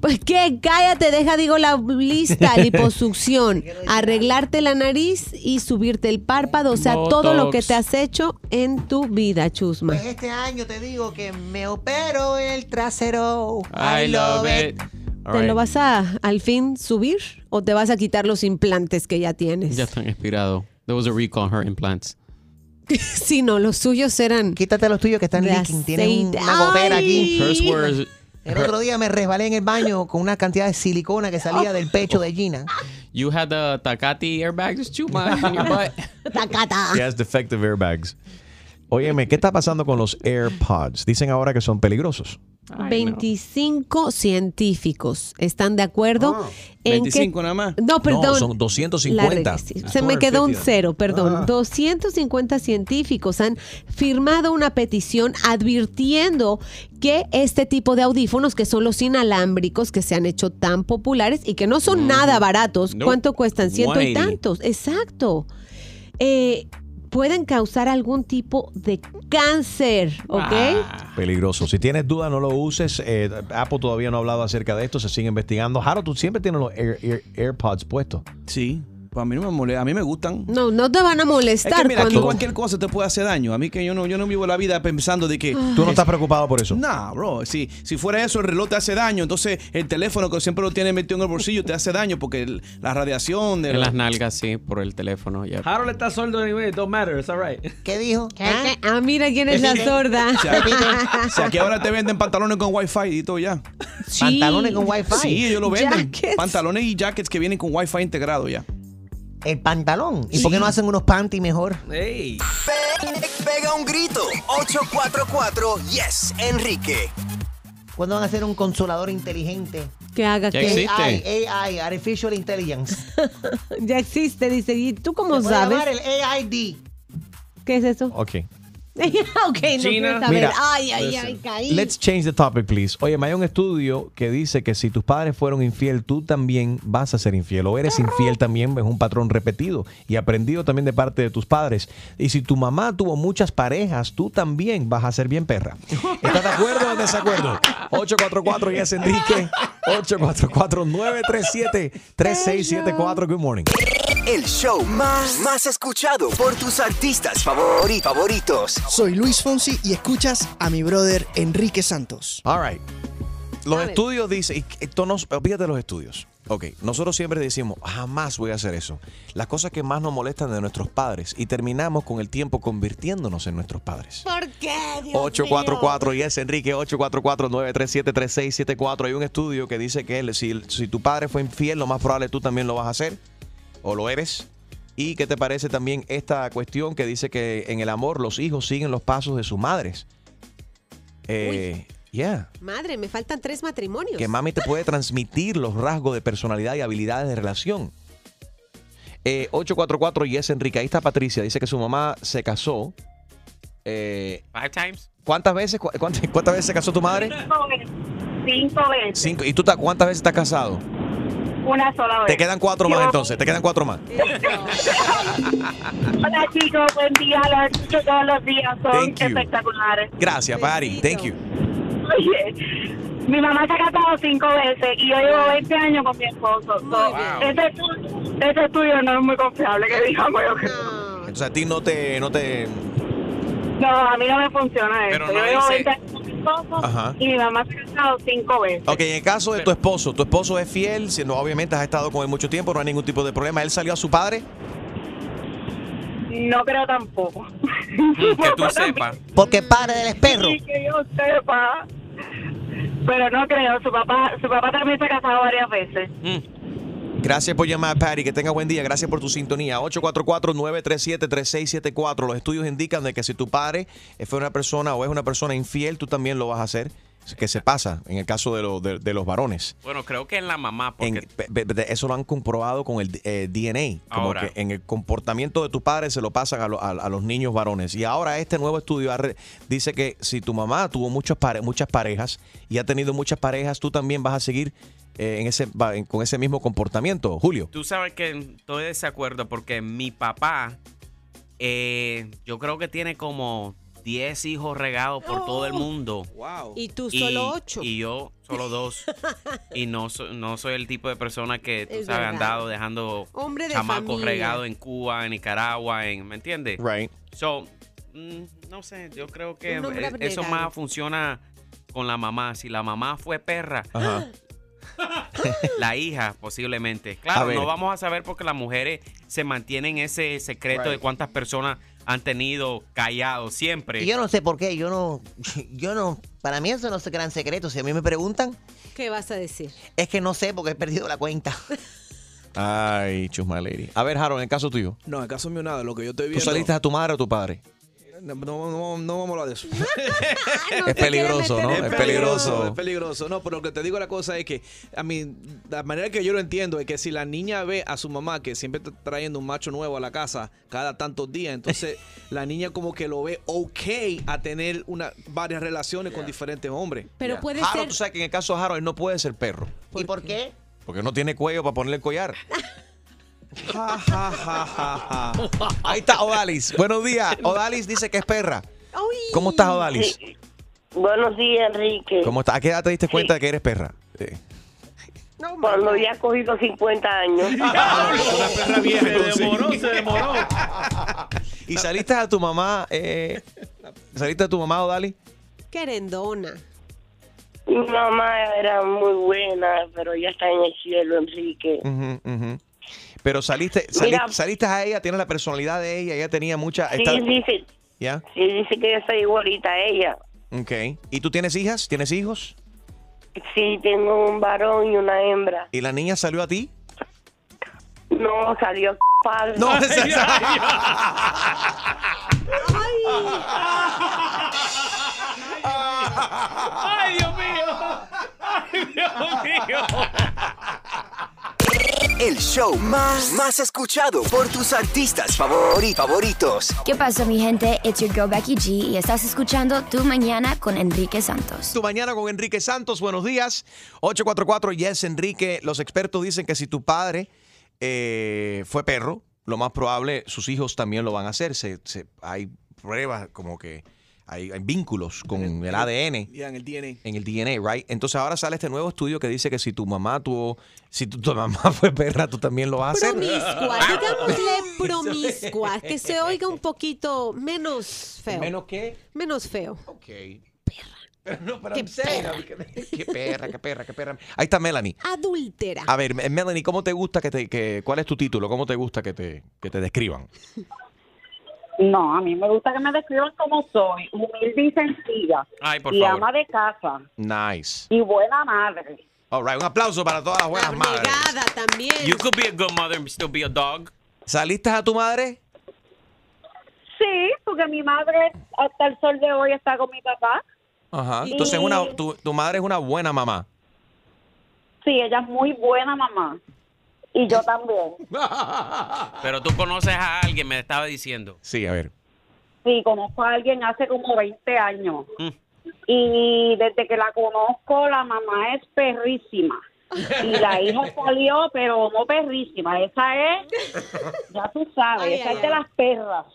Pues que cállate, deja digo la lista, liposucción, arreglarte la nariz y subirte el párpado, o sea, todo lo que
Botox.
te has hecho en tu vida, chusma.
Pues este año te digo que me opero el trasero.
¿Te lo vas a al fin subir o te vas a quitar los implantes que ya tienes?
Ya están expirado. There was a recall on her implants.
si no, los suyos eran.
Quítate los tuyos que están leaking, tienen una gotera aquí.
Curse words.
El otro día me resbalé en el baño con una cantidad de silicona que salía del pecho de Gina.
You had the Takati airbags too much in your butt.
Yes, defective airbags. Óyeme, ¿qué está pasando con los AirPods? Dicen ahora que son peligrosos.
25 científicos están de acuerdo en que-
25 nada más.
No, perdón.
Ah. No, son 250.
La regué, sí.
Ah.
Se me
Por
quedó un
estúpida.
cero, perdón.
Ah.
250 científicos han firmado una petición advirtiendo que este tipo de audífonos, que son los inalámbricos, que se han hecho tan populares y que no son nada baratos,
Nope.
¿cuánto cuestan? Ciento y
180.
tantos. Exacto. Eh, pueden causar algún tipo de cáncer, ¿ok?
Ah,
Ah.
Peligroso. Si tienes duda, no lo uses. Eh, Apple todavía no ha hablado acerca de esto, se sigue investigando. Jaro, tú siempre tienes los Air- Air- AirPods puestos.
Sí, pues a mí no me molesta, a mí me gustan.
No, no te van a molestar
Es que mira, aquí
cuando...
cualquier cosa te puede hacer daño. A mí que yo no, yo no vivo la vida pensando de que...
Tú no estás preocupado por eso.
Nah, bro. Si, si fuera eso, el reloj te hace daño. Entonces, el teléfono que siempre lo tienes metido en el bolsillo te hace daño porque el- la radiación de
En las nalgas, sí, por el teléfono. ya.
Harold está sordo anyway, it don't matter, it's alright.
¿Qué dijo?
Ah, ah, mira quién es la sorda.
Si aquí, si aquí ahora te venden pantalones con wifi y todo ya.
Sí. Pantalones con Wi-Fi.
Sí, ellos lo venden.
Jackets.
Pantalones y jackets que vienen con wifi integrado ya.
El pantalón. ¿Y
Sí.
por qué no hacen unos panty mejor?
Pe- pega un grito. 844 Yes, Enrique.
¿Cuándo van a hacer un consolador inteligente?
Que haga
Ya
que...
AI, AI, Artificial Intelligence.
Ya existe, dice. ¿Y tú cómo
Se puede
sabes?
llamar el AID.
¿Qué es eso?
Ok.
ok, no
China.
quiero saber.
Oh. Mira,
ay, ay, ay, caí.
Let's change the topic, please. Oye, hay un estudio que dice que si tus padres fueron infiel, tú también vas a ser infiel o eres infiel también, es un patrón repetido y aprendido también de parte de tus padres. Y si tu mamá tuvo muchas parejas, tú también vas a ser bien perra. ¿Estás de acuerdo o en desacuerdo? 844 y es Enrique. 844-937-3674. Good morning.
El show más, más escuchado por tus artistas favori- favoritos.
Soy Luis Fonsi y escuchas a mi brother Enrique Santos.
All right. Los estudios dicen, y esto no, olvídate de los estudios. Ok, nosotros siempre decimos, jamás voy a hacer eso. Las cosas que más nos molestan de nuestros padres y terminamos con el tiempo convirtiéndonos en nuestros padres.
¿Por qué? Dios
844 y es Enrique 844-937-3674. Hay un estudio que dice que el- si, si tu padre fue infiel, lo más probable tú también lo vas a hacer o lo eres. ¿Y qué te parece también esta cuestión que dice que en el amor los hijos siguen los pasos de sus madres? Eh, yeah.
Madre, me faltan tres matrimonios.
Que mami te puede transmitir los rasgos de personalidad y habilidades de relación. Eh, 844 y es Enrique. Ahí está Patricia. Dice que su mamá se casó. eh,
Five times.
¿Cuántas veces, cu- cuántas, cuántas veces se casó tu madre?
Cinco veces. Cinco veces.
Cinco. ¿Y tú ta- cuántas veces estás casado?
Una sola vez.
Te quedan cuatro más
Yo-
entonces. Te quedan cuatro más.
Hola chicos, buen día. Los escucho todos los días. Son
Thank you.
espectaculares.
Gracias, Pari. Thank you.
Oye, mi mamá se ha casado cinco veces y yo llevo 20 años con mi esposo. So,
bien.
ese, estudio, ese estudio no es muy confiable, que digamos yo que no.
Entonces a ti no te... No te
a mí no me funciona
Pero
eso.
no
yo llevo
dice-
20 años con mi esposo
Ajá.
y mi mamá se ha casado cinco veces.
Ok, en el caso de tu esposo, tu esposo es fiel, si no, obviamente has estado con él mucho tiempo, no hay ningún tipo de problema. ¿Él salió a su padre?
No creo tampoco.
Mm, Que tú sepas.
Porque padre del perro.
Sí, que yo sepa. Pero no creo, su papá, su papá también se ha casado varias veces.
Mm. Gracias por llamar, Patty. Que tenga buen día. Gracias por tu sintonía. 844-937-3674. Los estudios indican de que si tu padre fue una persona o es una persona infiel, tú también lo vas a hacer. Que se pasa en el caso de, lo- de- de los varones.
Bueno, creo que en la mamá, porque
En- pe- pe- pe- eso lo han comprobado con el eh, DNA. Como
Ahora.
que en el comportamiento de tu padre se lo pasan a, lo- a- a los niños varones. Y ahora este nuevo estudio ha re- dice que si tu mamá tuvo muchos pare- muchas parejas y ha tenido muchas parejas, tú también vas a seguir eh, en ese, va- en- con ese mismo comportamiento, Julio.
Tú sabes que estoy de desacuerdo porque mi papá, eh, yo creo que tiene como 10 hijos regados por todo el mundo.
Wow.
Y tú solo ocho.
Y yo solo dos. y no, so- no soy el tipo de persona que, tú
Es
sabes,
verdad.
han dado dejando
Hombre de
chamacos
familia.
regados en Cuba, en Nicaragua, en, ¿me entiendes?
Right.
So, mm, no sé, yo creo que
Un hombre
eh, eso
abnegado.
más funciona con la mamá. Si la mamá fue perra,
Ajá.
la hija posiblemente.
A
Claro,
ver.
no vamos a saber porque las mujeres se mantienen ese secreto
Right.
de cuántas personas han tenido callado siempre.
Y yo no sé por qué, yo no, yo no, para mí eso no es gran secreto. Si a mí me preguntan,
¿Qué vas a decir?
es que no sé porque he perdido la cuenta.
Ay, chusmaleri. A ver, Harold, en el caso tuyo.
No, en el caso mío nada, lo que yo estoy
¿Tú
viendo...
saliste a tu madre o a tu padre?
No, no, no, no vamos a hablar de eso.
te Es peligroso, quieres meter ¿no? en Es peligroso.
Es peligroso. No, pero lo que te digo la cosa es que, a mí, la manera que yo lo entiendo es que si la niña ve a su mamá que siempre está trayendo un macho nuevo a la casa cada tantos días, entonces la niña como que lo ve ok a tener una, varias relaciones con diferentes hombres.
Pero
Ya.
puede
Harold,
ser-
tú sabes que en el caso de Harold él no puede ser perro.
¿Y por qué?
Porque no tiene cuello para ponerle el collar.
Ja, Ah, ja, ja, ja,
Ah.
ja. Ahí está Odalis. Buenos días. Odalis dice que es perra. ¿Cómo estás, Odalis?
Sí. Buenos días, Enrique.
¿Cómo estás? ¿A qué edad te diste cuenta de que eres perra? Sí.
Cuando ya has cogido 50 años.
Ah,
Se demoró, se demoró.
¿Y saliste a tu mamá? eh, ¿Saliste a tu mamá, Odalis?
Querendona.
Mi mamá era muy buena, pero ya está en el cielo, Enrique.
Ujú, ujú. Pero saliste, sali-
Mira.
saliste a ella, tienes la personalidad de ella, ella tenía mucha...
Sí,
está-
dice,
¿Ya?
sí, dice que yo soy igualita a ella.
Ok. ¿Y tú tienes hijas? ¿Tienes hijos?
Sí, tengo un varón y una hembra.
¿Y la niña salió a ti?
No, salió padre.
No, esa-
¡Ay, Dios mío! ¡Ay, Dios mío!
El show más, más escuchado por tus artistas favori- favoritos.
¿Qué pasa, mi gente? It's your girl Becky G y estás escuchando Tu Mañana con Enrique Santos.
Tu mañana con Enrique Santos, buenos días. 844 Yes Enrique. Los expertos dicen que si tu padre eh, fue perro, lo más probable sus hijos también lo van a hacer. Se- se- hay pruebas como que hay, hay vínculos con el ADN.
Ya, en el DNA.
En el DNA, right? Entonces ahora sale este nuevo estudio que dice que si tu mamá tuvo, si tu, tu mamá fue perra, tú también lo vas a hacer.
Promiscua, digámosle promiscua, que se oiga un poquito menos feo.
¿Menos qué?
Menos feo.
Ah, Ok. Perra. No, pero I'm saying, Qué perra, qué perra, qué perra. Ahí está Melanie.
Adúltera.
A ver, M- Melanie, ¿cómo te gusta que te, que, cuál es tu título? ¿Cómo te gusta que te, que te describan?
No, a mí me gusta que me describan como soy, humilde y sencilla.
Ay, por
y
favor.
ama de casa.
Nice.
Y buena madre.
All right, un aplauso para todas las buenas madres.
Nada también.
You could be a good mother and still be a dog.
¿Saliste a tu madre?
Sí, porque mi madre hasta el sol de hoy está con mi papá.
Ajá. Entonces
Y-
una, tu, tu madre es una buena mamá.
Sí, ella es muy buena mamá. Y yo también.
Pero tú conoces a alguien, me estaba diciendo.
Sí, a ver.
Sí, conozco a alguien hace como 20 años. Y desde que la conozco, la mamá es perrísima. Y la hija salió, pero no perrísima. Esa es, ya tú sabes,
Ay,
esa
ay,
es de
ay.
las perras.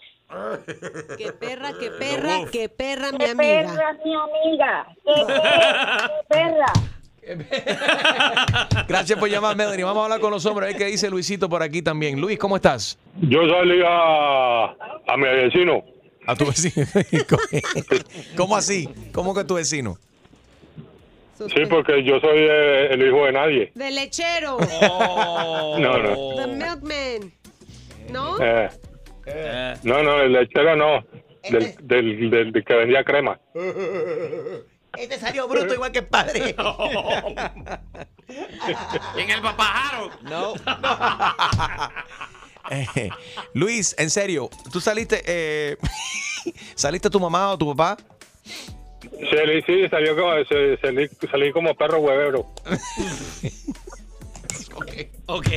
Qué perra, qué perra, qué perra, mi
Qué
amiga.
perra, mi amiga. Qué perra, qué perra.
Gracias por llamar, Melanie. Vamos a hablar con los hombres. A ver qué dice Luisito por aquí también. Luis, ¿cómo estás?
Yo salí a, a mi vecino.
A tu vecino. ¿Cómo así? ¿Cómo que tu vecino?
Sí, porque yo soy eh, el hijo de nadie.
De lechero.
Oh.
No, no.
The milkman. ¿No?
Eh,
Eh.
no, no, el lechero no. Del, del, del- del que vendía crema.
Este salió bruto igual que el padre.
En el papajaro.
No.
Eh, Luis, en serio, ¿tú saliste eh, saliste tu mamá o tu papá?
Se le- sí, salió como, se- salí, salí como perro huevero.
Ok.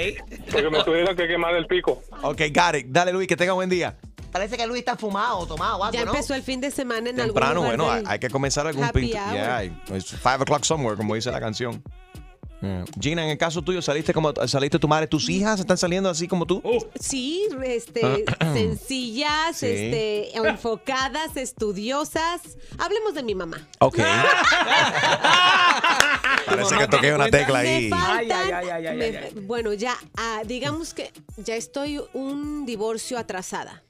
Porque me tuvieron que quemar el pico.
Ok, got it. Dale, Luis, que tenga buen día.
Parece que Luis está fumado, tomado, algo,
Ya
¿no?
empezó el fin de semana en
Temprano,
algún lugar
bueno, hay,
del-
hay que comenzar algún
happy
pinto.
hour.
Yeah, it's five o'clock somewhere, como dice la canción. Yeah. Gina, en el caso tuyo, saliste como saliste tu madre, tus hijas están saliendo así como tú.
Sí, este,
Ah,
sencillas,
Sí.
este, enfocadas, estudiosas. Hablemos de mi mamá.
Ok. Parece que toqué una tecla ahí.
Me faltan,
Ay, ay, ay, ay,
me-
ay, ay.
bueno, ya, ah, digamos que ya estoy un divorcio atrasada.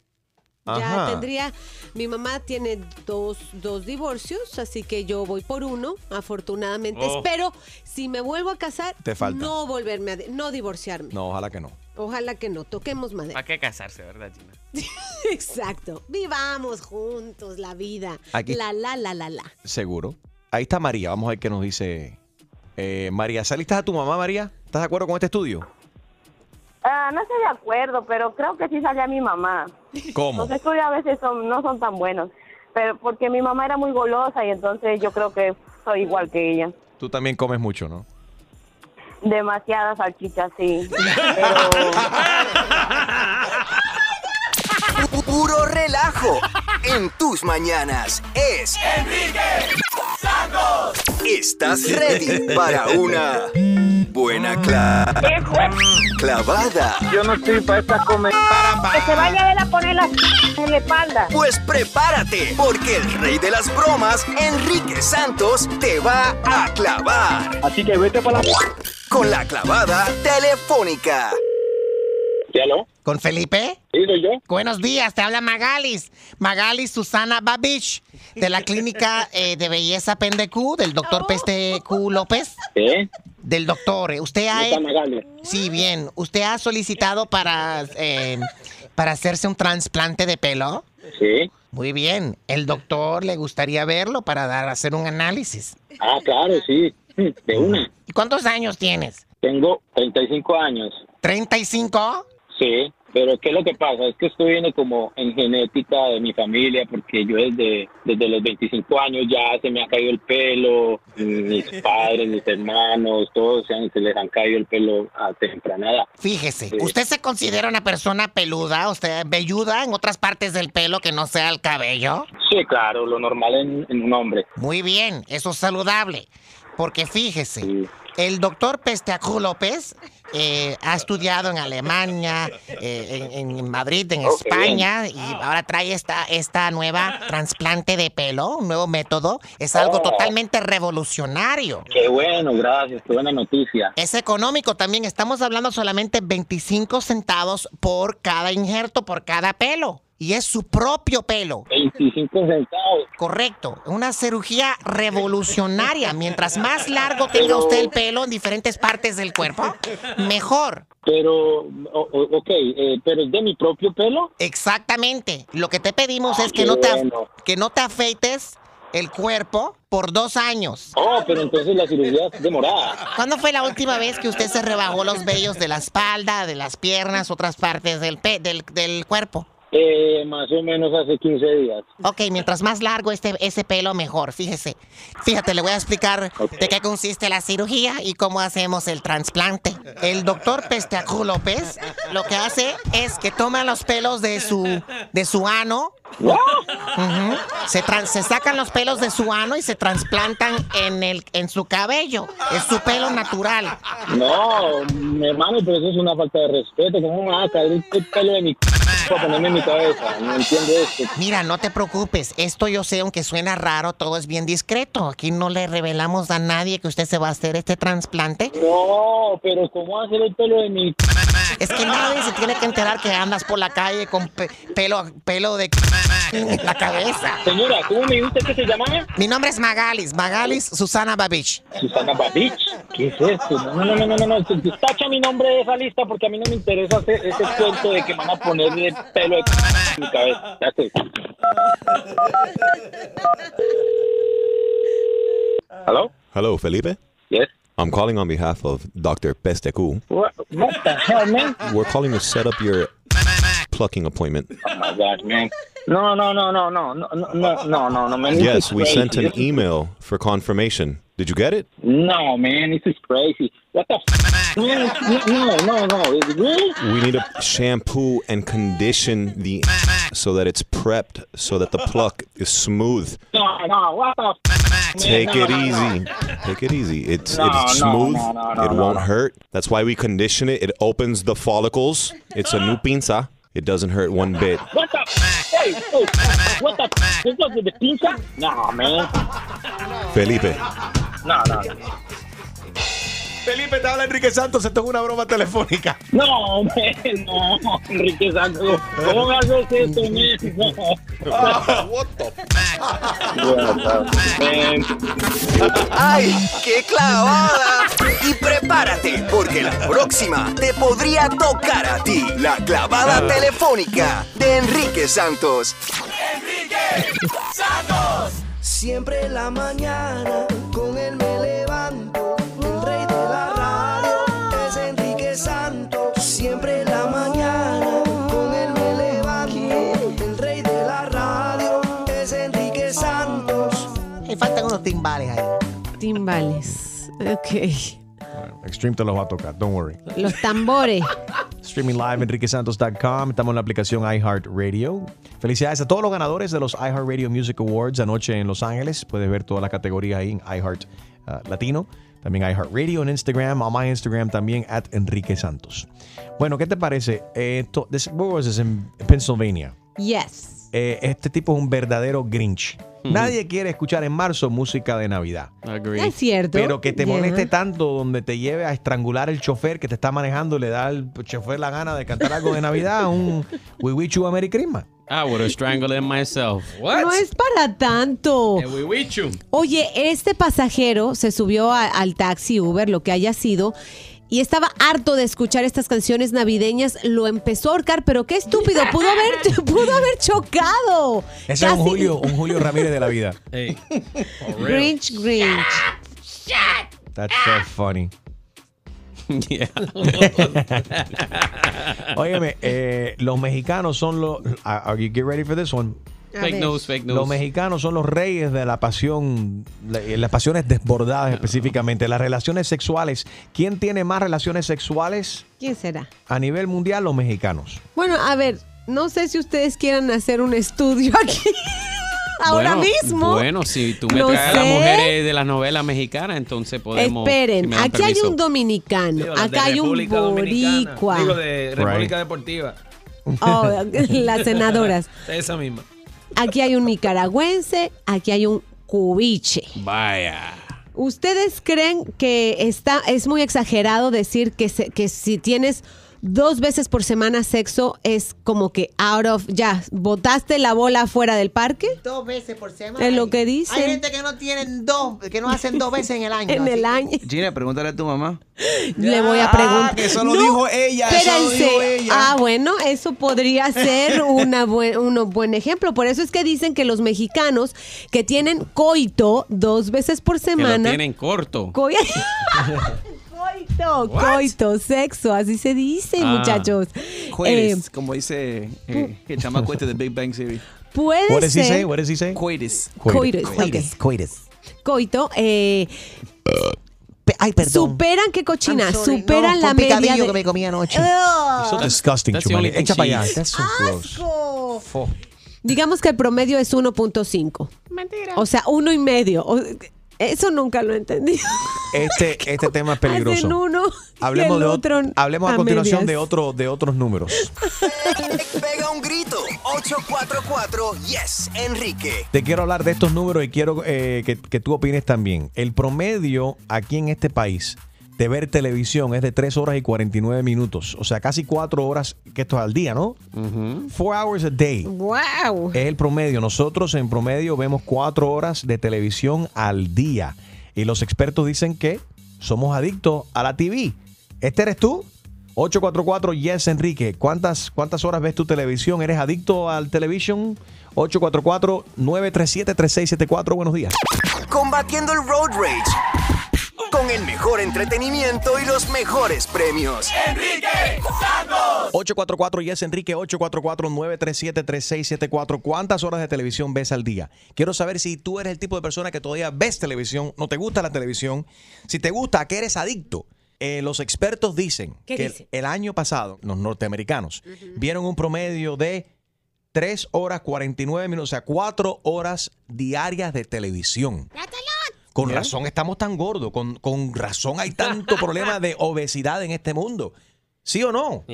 Ya
Ajá.
tendría, mi mamá tiene dos, dos divorcios, así que yo voy por uno, afortunadamente.
Oh.
Espero, si me vuelvo a casar,
Te falta.
no volverme a, di- no divorciarme.
No, ojalá que no.
Ojalá que no, toquemos madera.
¿Para qué casarse, verdad, Gina?
Exacto. Vivamos juntos la vida.
Aquí-
La, la, la, la, la.
Seguro. Ahí está María, vamos a ver qué nos dice. Eh, María, ¿saliste a tu mamá, María? ¿Estás de acuerdo con este estudio?
Ah, no estoy de acuerdo, pero creo que sí salía mi mamá.
¿Cómo?
Los estudios a veces son, no son tan buenos, pero porque mi mamá era muy golosa y entonces yo creo que soy igual que ella.
Tú también comes mucho, ¿no?
Demasiadas salchichas, sí.
Pu- Puro relajo en tus mañanas es Enrique Santos. ¿Estás ready para una buena cla- clavada. Yo no estoy para estas comer.
Que se vaya él a poner la en la espalda.
Pues prepárate, porque el rey de las bromas, Enrique Santos, te va a clavar. Así que vete para la... Con la clavada telefónica.
¿Ya no?
¿Con Felipe?
Sí, soy yo.
Buenos días, te habla Magalis. Magalis Susana Babich, de la clínica eh, de belleza Pendecú, del doctor Peste Q López.
¿Eh?
Del doctor. eh, Usted
¿Cómo
ha...
está Magalis?
Sí, bien. ¿Usted ha solicitado para, eh, para hacerse un trasplante de pelo?
Sí.
Muy bien. El doctor le gustaría verlo para dar, hacer un análisis.
Ah, claro, sí. De una.
¿Y cuántos años tienes?
Eh. Tengo 35 años.
¿35?
Sí, pero ¿qué es lo que pasa? Es que esto viene como en genética de mi familia, porque yo desde, desde los 25 años ya se me ha caído el pelo, mis padres, mis hermanos, todos se, han- se les han caído el pelo a temprana edad.
Fíjese,
Sí.
¿usted se considera una persona peluda, usted velluda en otras partes del pelo que no sea el cabello?
Sí, claro, lo normal en, en un hombre.
Muy bien, eso es saludable. Porque fíjese, el doctor Pesteacu López eh, ha estudiado en Alemania, eh, en, en Madrid, en
Oh, qué
España, y ahora trae esta, esta nueva trasplante de pelo, un nuevo método. Es algo
Oh.
totalmente revolucionario.
Qué bueno, gracias, qué buena noticia.
Es económico también, estamos hablando solamente 25 centavos por cada injerto, por cada pelo. Y es su propio pelo.
25 centavos.
Correcto, una cirugía revolucionaria. Mientras más largo tenga
Pero-
usted el pelo en diferentes partes del cuerpo, mejor.
Pero, o- o- ok, eh, pero es de mi propio pelo.
Exactamente. Lo que te pedimos
Ah,
es que
qué
no, te, af-
bueno.
que no te afeites el cuerpo por dos años.
Oh, pero entonces la cirugía es demorada.
¿Cuándo fue la última vez que usted se rebajó los vellos de la espalda, de las piernas, otras partes del, pe- del, del cuerpo?
Eh, más o menos hace 15 días.
Ok, mientras más largo este, ese pelo, mejor. Fíjese. Fíjate, le voy a explicar de qué consiste la cirugía y cómo hacemos el trasplante. El doctor Pesteacu López lo que hace es que toma los pelos de su, de su ano. Ujú. se, tran- se sacan los pelos de su ano y se trasplantan en, el, en su cabello. Es su pelo natural.
No, mi hermano, pero eso es una falta de respeto. ¿Cómo me va a caer el pelo de mi c para ponerme en mi cabeza? No entiendo esto.
Mira, no te preocupes. Esto yo sé, aunque suena raro, todo es bien discreto. Aquí no le revelamos a nadie que usted se va a hacer este trasplante.
No, pero ¿cómo va a hacer el pelo de mi c
Es que nadie se tiene que enterar que andas por la calle con pe- pelo, pelo de en la cabeza.
Señora, ¿cómo me dijiste que se llamaba?
Mi nombre es Magalis, Magalis Susana Babich.
Susana Babich? ¿Qué es esto? No, no, no, no, no, no. Tacha mi nombre de esa lista porque a mí no me interesa ese, ese cuento de que me van a ponerle pelo de c en mi cabeza. Ya sé. Hello?
Hello, Felipe.
Yes?
I'm calling on behalf of Dr. Pestecu.
What, what the hell, man?
We're calling to set up your plucking appointment.
Oh my gosh, man. No, no, no, no, no, no, no, no, no, no, no, man. This
Yes,
is
we
crazy.
sent an
This is-
email for confirmation. Did you get it?
No, man, this is crazy. What the f- man? No, no, no. Is it really?
We need to shampoo and condition the so that it's prepped, so that the pluck is smooth.
No, no. What the f- man?
Take
No,
it
no, no.
easy. Take it easy. It's
No,
it's
no,
smooth.
no, no, no,
it
no,
won't
no.
hurt. That's why we condition it. It opens the follicles. It's a new pinza. It doesn't hurt one bit.
What the? f- Hey, hey, what the? f- This was with the pizza? No, man.
Felipe.
No, no.
Felipe, te habla Enrique Santos. Esto es una broma telefónica.
No, man, no, Enrique Santos. ¿Cómo me haces esto, man? No. What the
¡Ay, qué clavada! Y prepárate, porque la próxima te podría tocar a ti la clavada telefónica de Enrique Santos.
Siempre en la mañana con él me levanto. El rey de la radio es Enrique Santos. Siempre en la mañana con él me levanto. El rey de la radio es Enrique Santos.
Y faltan unos timbales ahí.
Timbales. Ok.
Extreme te los va a tocar, don't worry.
Los tambores.
Streaming live enriquesantos.com. Estamos en la aplicación iHeartRadio. Felicidades a todos los ganadores de los iHeartRadio Music Awards anoche en Los Ángeles. Puedes ver toda la categoría ahí en iHeart ah, Latino. También iHeartRadio en Instagram. On my Instagram también, at Enrique Santos. Bueno, ¿qué te parece? Eh, Esto, this, where was this? In Pennsylvania.
Yes.
Eh, este tipo es un verdadero Grinch.
Hmm.
Ujú.
Nadie quiere escuchar en marzo música de Navidad.
Es cierto.
Pero que te
Yeah.
moleste tanto donde te lleve a estrangular el chofer que te está manejando y le da al chofer la gana de cantar algo de Navidad, un We Wish You a Merry Christmas.
I would have strangled him myself.
No es para tanto.
Eh, we wish you.
Oye, este pasajero se subió a- al taxi Uber, lo que haya sido, y estaba harto de escuchar estas canciones navideñas. Lo empezó a ahorcar, pero qué estúpido. Pudo haber, pudo haber chocado.
Ese es un
Casi-
Julio, un Julio Ramírez de la vida.
Grinch, Grinch.
That's so funny. Óyeme, eh, los mexicanos son los. Are are you get ready for this one?
A Fake ver. news, fake news.
Los mexicanos son los reyes de la pasión, la- eh, las pasiones desbordadas específicamente, las relaciones sexuales. ¿Quién tiene más relaciones sexuales
¿Quién será?
a nivel mundial? Los mexicanos.
Bueno, a ver, no sé si ustedes quieran hacer un estudio aquí. Ahora
Bueno,
mismo.
Bueno, si tú me
No
traes a las
sé.
mujeres de las novelas mexicanas, entonces podemos. si
Esperen,
me dan
aquí hay
permiso.
un dominicano,
Digo, las de
acá hay un
República Dominicana.
boricua.
Digo, de República Deportiva.
Oh, las senadoras.
Esa misma.
Aquí hay un nicaragüense, aquí hay un cubiche.
Vaya.
¿Ustedes creen que está, es muy exagerado decir que, se- que si tienes dos veces por semana sexo es como que out of, ya, botaste la bola fuera del parque?
Dos veces por semana.
Es lo que
Hay
dicen.
gente que no tienen dos, que no hacen dos veces en el año.
En
así
el
que-
año.
Gina, pregúntale a tu mamá.
Le voy a
Ah,
preguntar.
que eso lo dijo ella, eso lo
espérense.
dijo ella.
Ah, bueno, eso podría ser una buen, un buen ejemplo. Por eso es que dicen que los mexicanos que tienen coito dos veces por
Que lo
semana.
tienen corto.
coi- coito, coito, sexo, así se dice,
Ah.
este, muchachos.
Coitus,
Eh,
como dice eh, el chamaco este de Big Bang Theory.
Puede What does he ser- say? What
does he say?
Coitus.
Coitus, Coitus, coito, eh,
Ay, perdón.
superan qué cochina,
I'm sorry, no,
superan
fue
la
un
media
picadillo
de
que me comí anoche.
Ugh.
Ah.
So disgusting,
that's the
Chumani.
only thing
Echa para
she
allá.
eats.
That's so gross.
Asco.
Fo.
Digamos que el promedio es 1.5. Mentira. O sea, uno y medio. O- Eso nunca lo he entendido.
Este, este tema es peligroso.
Hacen uno Ah, y
Hablemos,
el
de ot-
otro
hablemos a,
a
continuación de,
medias.
otro, de otros números.
Pega un grito. 844 Yes, Enrique.
Te quiero hablar de estos números y quiero eh, que, que tú opines también. El promedio aquí en este país de ver televisión es de 3 horas y 49 minutos. O sea, casi 4 horas, que esto es al día, ¿no? 4 hours a day.
¡Wow!
Es el promedio. Nosotros en promedio vemos 4 horas de televisión al día. Y los expertos dicen que somos adictos a la TV. ¿Este eres tú? 844 Yes Enrique. ¿Cuántas, ¿Cuántas horas ves tu televisión? ¿Eres adicto al television? 844-937-3674. Buenos días.
Combatiendo el road rage. Con el mejor entretenimiento y los mejores premios. Enrique Santos.
844 Yes Enrique 844-937-3674. ¿Cuántas horas de televisión ves al día? Quiero saber si tú eres el tipo de persona que todavía ves televisión, no te gusta la televisión, si te gusta, que eres adicto. Eh, los expertos dicen
¿Qué
que
dice?
el año pasado los norteamericanos vieron un promedio de 3 horas 49 minutos, o sea, 4 horas diarias de televisión. Con
Yeah.
razón estamos tan gordos, con, con razón hay tanto problema de obesidad en este mundo. ¿Sí o no?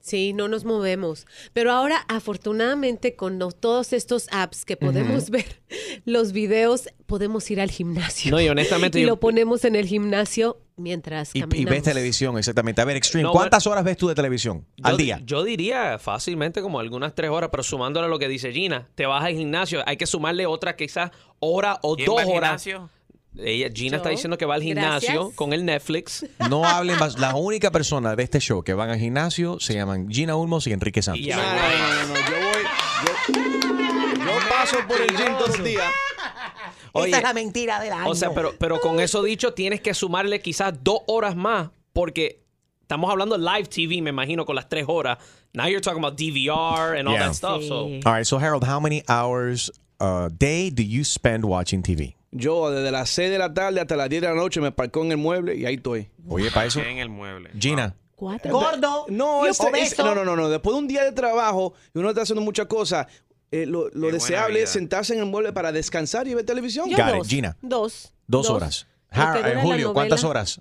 Sí, no nos movemos. Pero ahora, afortunadamente, con no- todos estos apps que podemos
Ujú.
ver, los videos, podemos ir al gimnasio.
No, y honestamente
Y
yo-
lo ponemos en el gimnasio mientras
Y, y
caminamos.
ves televisión, exactamente. A ver, Extreme,
No,
¿cuántas horas ves tú de televisión
Yo
al
di-
día?
Yo diría fácilmente como algunas tres horas, pero sumándole a lo que dice Gina, te vas al gimnasio, hay que sumarle otra quizás hora o
¿Quién
dos
va al
horas.
gimnasio?
Ella, Gina está
Yo.
diciendo que va al gimnasio
Gracias.
con el Netflix.
No hablen más. La única persona de este show que van al gimnasio se llaman Gina Ulmos y Enrique Santos.
No, no, no, no, no, Yo voy. Yo, yo paso por el gym todos los días.
Esta es la mentira del año.
O sea, pero, pero con eso dicho, tienes que sumarle quizás dos horas más, porque estamos hablando de live TV, me imagino, con las tres horas. Now you're talking about DVR and all
Yeah.
that stuff. so-
All right, so Harold, how many hours a day do you spend watching TV?
Yo desde las 6 de la tarde hasta las 10 de la noche me parqué en el mueble y ahí estoy.
Oye, para eso.
En el mueble.
Gina.
Cuatro.
Gordo. No,
y
este-
obeso.
este- no, no, no, no. Después de un día de trabajo y uno está haciendo muchas cosas, eh, lo, lo deseable es sentarse en el mueble para descansar y ver televisión.
Got it, Gina.
Dos.
Dos horas. Har-
que dura
eh,
la
Julio, ¿cuántas
novela.
horas?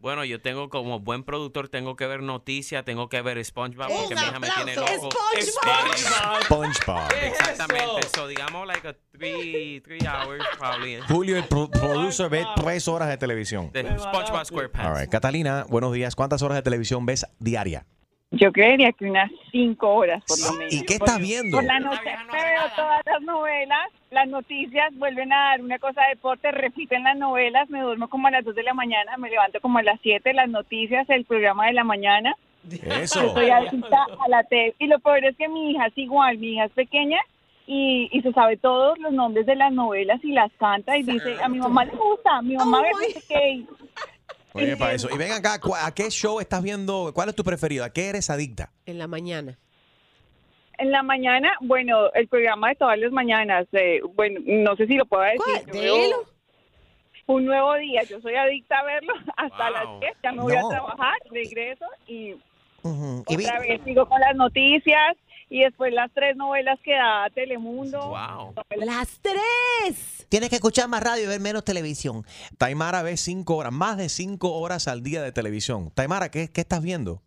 Bueno, yo tengo como buen productor, tengo que ver noticias, tengo que ver SpongeBob porque mi hija me tiene loco.
SpongeBob. SpongeBob.
Exactamente. So, digamos like a three, three hours probably.
Julio, el pro- producer, ve tres horas de televisión.
De SpongeBob SquarePants.
All right. Catalina, buenos días. ¿Cuántas horas de televisión ves diaria?
Yo creería que unas cinco horas por lo menos.
¿Y qué estás viendo?
Por la noche veo todas las novelas, las noticias, vuelven a dar una cosa de deporte, repiten las novelas, me duermo como a las 2 de la mañana, me levanto como a las 7, las noticias, el programa de la mañana.
Eso.
Yo Estoy adicta a la TV. Y lo peor es que mi hija es igual, mi hija es pequeña y, y se sabe todos los nombres de las novelas y las canta y dice, a mi mamá le gusta, mi mamá ve no sé qué". Y-
Oye, para eso. Y ven acá, ¿cu- ¿a qué show estás viendo? ¿Cuál es tu preferido? ¿A qué eres adicta?
En la mañana. En la mañana, bueno, el programa de todas las mañanas, eh, bueno, no sé si lo puedo decir. yo veo Un nuevo día, yo soy adicta a verlo hasta las 10, ya me voy
No.
a trabajar, regreso y
Ujú. Y vi-
otra vez sigo con las noticias y después las tres novelas que da Telemundo.
Las tres. Tienes que escuchar más radio y ver menos televisión.
Taimara ve cinco horas, más de cinco horas al día de televisión. Taimara, ¿qué, qué estás viendo?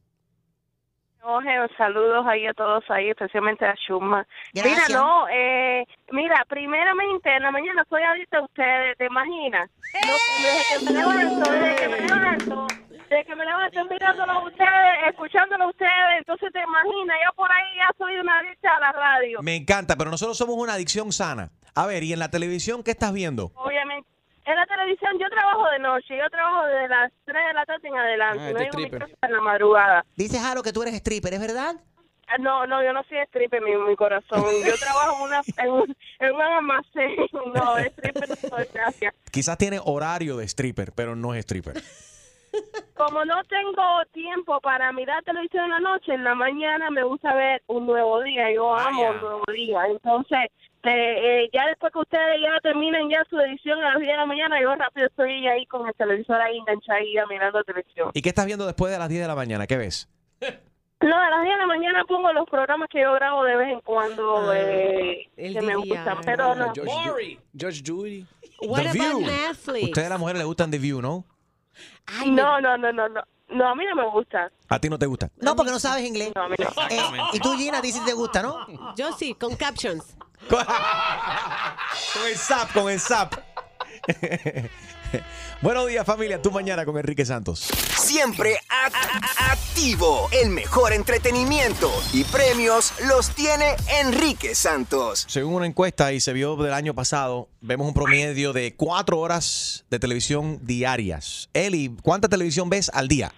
Jorge, saludos ahí a todos ahí, especialmente a Shuma.
Gracias.
Mira, no, eh, mira, primeramente en la mañana soy ahorita a ustedes, ¿te imaginas? No, desde que me levanto, desde que me levanto, desde que me levanto mirándolos a ustedes, escuchándolos a ustedes, entonces te imaginas, yo por ahí ya soy una adicta a la radio.
Me encanta, pero nosotros somos una adicción sana. A ver, ¿y en la televisión qué estás viendo?
Obviamente. En la televisión yo trabajo de noche, yo trabajo desde las 3 de la tarde en adelante,
Ah, este
no llego a mi
stripper.
casa en la madrugada.
Dice Jaro que tú eres stripper, ¿es verdad?
Ah, No, no, yo no soy stripper, mi, mi corazón. Yo trabajo en, una, en, un, en un almacén. No, stripper no soy, gracias.
Quizás tiene horario de stripper, pero no es stripper.
Como no tengo tiempo para mirar televisión en la noche, en la mañana me gusta ver un nuevo día. Yo amo
ya.
un nuevo día. Entonces, te- eh, ya después que ustedes ya terminen ya su edición a las 10 de la mañana, yo rápido estoy ahí con el televisor ahí enganchadilla mirando televisión.
¿Y qué estás viendo después de las 10 de la mañana? ¿Qué ves?
No, a las 10 de la mañana pongo los programas que yo grabo de vez en
Ah,
cuando eh, que me gustan, pero no.
Judge, Judy. Judge Judy.
What
The
about
View.
Netflix?
Ustedes las mujeres les gustan The View, ¿no?
no, no, no, no, no. No, a mí no me gusta.
A ti no te gusta.
No, porque no sabes inglés.
No, a mí no.
Eh, y tú, Gina, dices te gusta, ¿no?
Yo sí, con captions.
Con el zap, con el zap. Buenos días, familia. Tu mañana con Enrique Santos.
Siempre a- a- a- activo. El mejor entretenimiento y premios los tiene Enrique Santos.
Según una encuesta y se vio del año pasado, vemos un promedio de cuatro horas de televisión diarias. Eli, ¿cuánta televisión ves al día?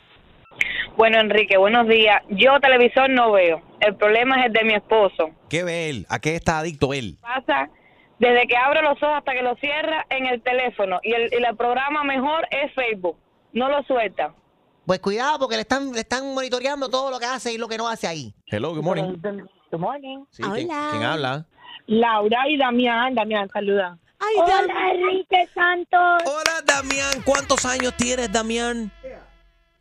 Bueno, Enrique, buenos días. Yo televisor no veo. El problema es el de mi esposo.
¿Qué ve él? ¿A qué está adicto él?
Pasa desde que abro los ojos hasta que lo cierra en el teléfono. Y el, y el programa mejor es Facebook. No lo suelta.
Pues cuidado, porque le están, le están monitoreando todo lo que hace y lo que no hace ahí.
Hello, good morning.
Good morning.
Sí, ¿quién- ¿Quién habla?
Laura y Damián. Damián, saluda. Ay,
Damián.
Enrique Santos.
Hola, Damián. ¿Cuántos años tienes, Damián?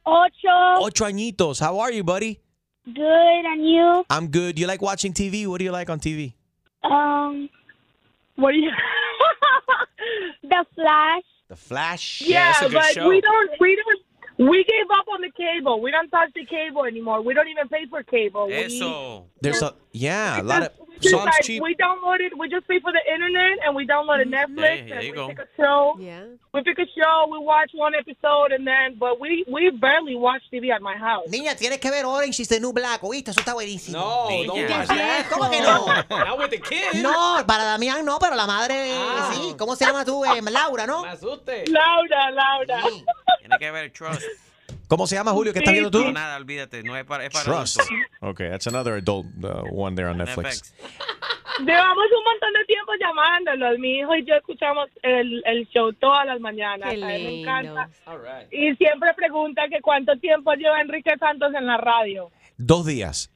Ocho.
Ocho añitos. How are you, buddy?
Good, and you?
I'm good. You like watching TV? What do you like on TV?
Um, what do you... the Flash.
The Flash.
Yeah, but we don't, we don't, we gave up on the cable. We don't touch the cable anymore. We don't even pay for cable. We-
Eso.
There's a yeah, a
we
lot of
just- we just,
songs
like,
cheap.
We downloaded, we just pay for the internet and we downloaded Netflix
Hey, there
and
you
we
go.
pick a show. Yeah. We pick a show, we watch one episode and then, but we, we barely watch TV at my house.
Niña, tienes que ver Orange is the New Black, ¿oíste? Eso está buenísimo.
No, don't watch that.
Oh, ¿Cómo que no?
Now with the kids.
No, para Damián no, pero la madre
Ah.
sí. ¿Cómo se llama tú? Eh, Laura, ¿no?
Laura, Laura.
Tiene que ver Trust.
¿Cómo se llama Julio? ¿Qué estás viendo tú?
No, nada, olvídate. No es para, es para
Trust.
adultos.
Okay, that's another adult uh, one there on Netflix.
Llevamos un montón de tiempo llamándolos. Mi hijo y yo escuchamos el, el show todas las
Qué
mañanas. A él le
lindo.
encanta. Y siempre pregunta que cuánto tiempo lleva Enrique Santos en la radio.
Dos días.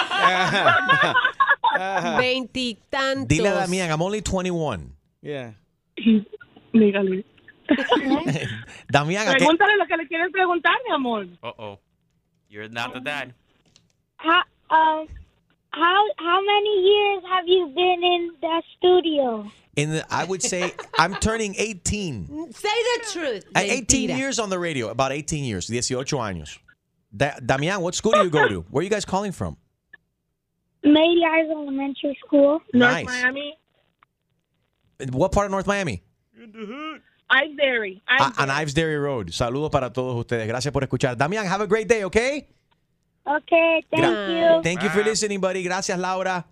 Ajá. Ajá.
Veintitantos.
Dile a Damián, I'm only 21.
Yeah.
Dígale.
Damián, ¿a qué?
Pregúntale lo que le quieres preguntar, mi amor.
Uh oh. You're not the dad.
Ah, ah,
um, How how many years have you been in that studio?
And the- I would say I'm turning 18.
Say the truth.
At 18
Mentira.
years on the radio. About 18 years. 18 años. Da- Damian, what school do you go to? Where are you guys calling from?
Lady Eyes Elementary School.
North Nice.
Miami.
In What part of North Miami?
Ivory.
Ah, on Ives Dairy Road. Saludos para todos ustedes. Gracias por escuchar. Damian, have a great day, okay?
Okay, thank
Ah. Gra-
you.
Thank you for listening, buddy. Gracias, Laura.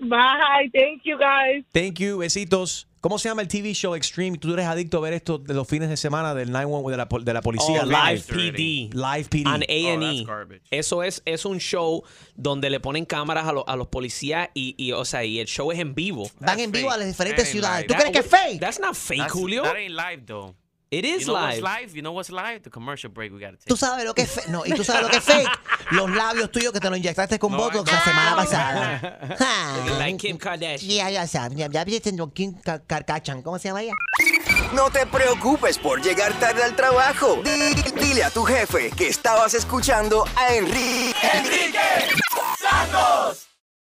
Bye. Thank you guys.
Thank you. Besitos. ¿Cómo se llama el TV show Extreme? Tú eres adicto a ver esto de los fines de semana del 911 de la, pol- de la policía.
Oh, Live PD.
Live PD.
On A&E. E. Eso es, es un show donde le ponen cámaras a, lo- a los policías y, y, o sea, y el show es en vivo.
Van en vivo a las diferentes ciudades. ¿Tú crees que es
fake? That's not fake,
That's-
Julio.
That ain't live, though.
It is
you know What's
live.
live. You know what's live? The commercial break we gotta take.
Tú sabes lo que es fake. No, y tú sabes lo que es fake. Los labios tuyos que te lo inyectaste con Botox la semana pasada.
Like Kim Kardashian.
Ya, ya sabes. Ya, ya viste en Kim Kar- Karkachan. ¿Cómo se llama ella?
No te preocupes por llegar tarde al trabajo. Di- Dile a tu jefe que estabas escuchando a Enrique. ¡Enrique!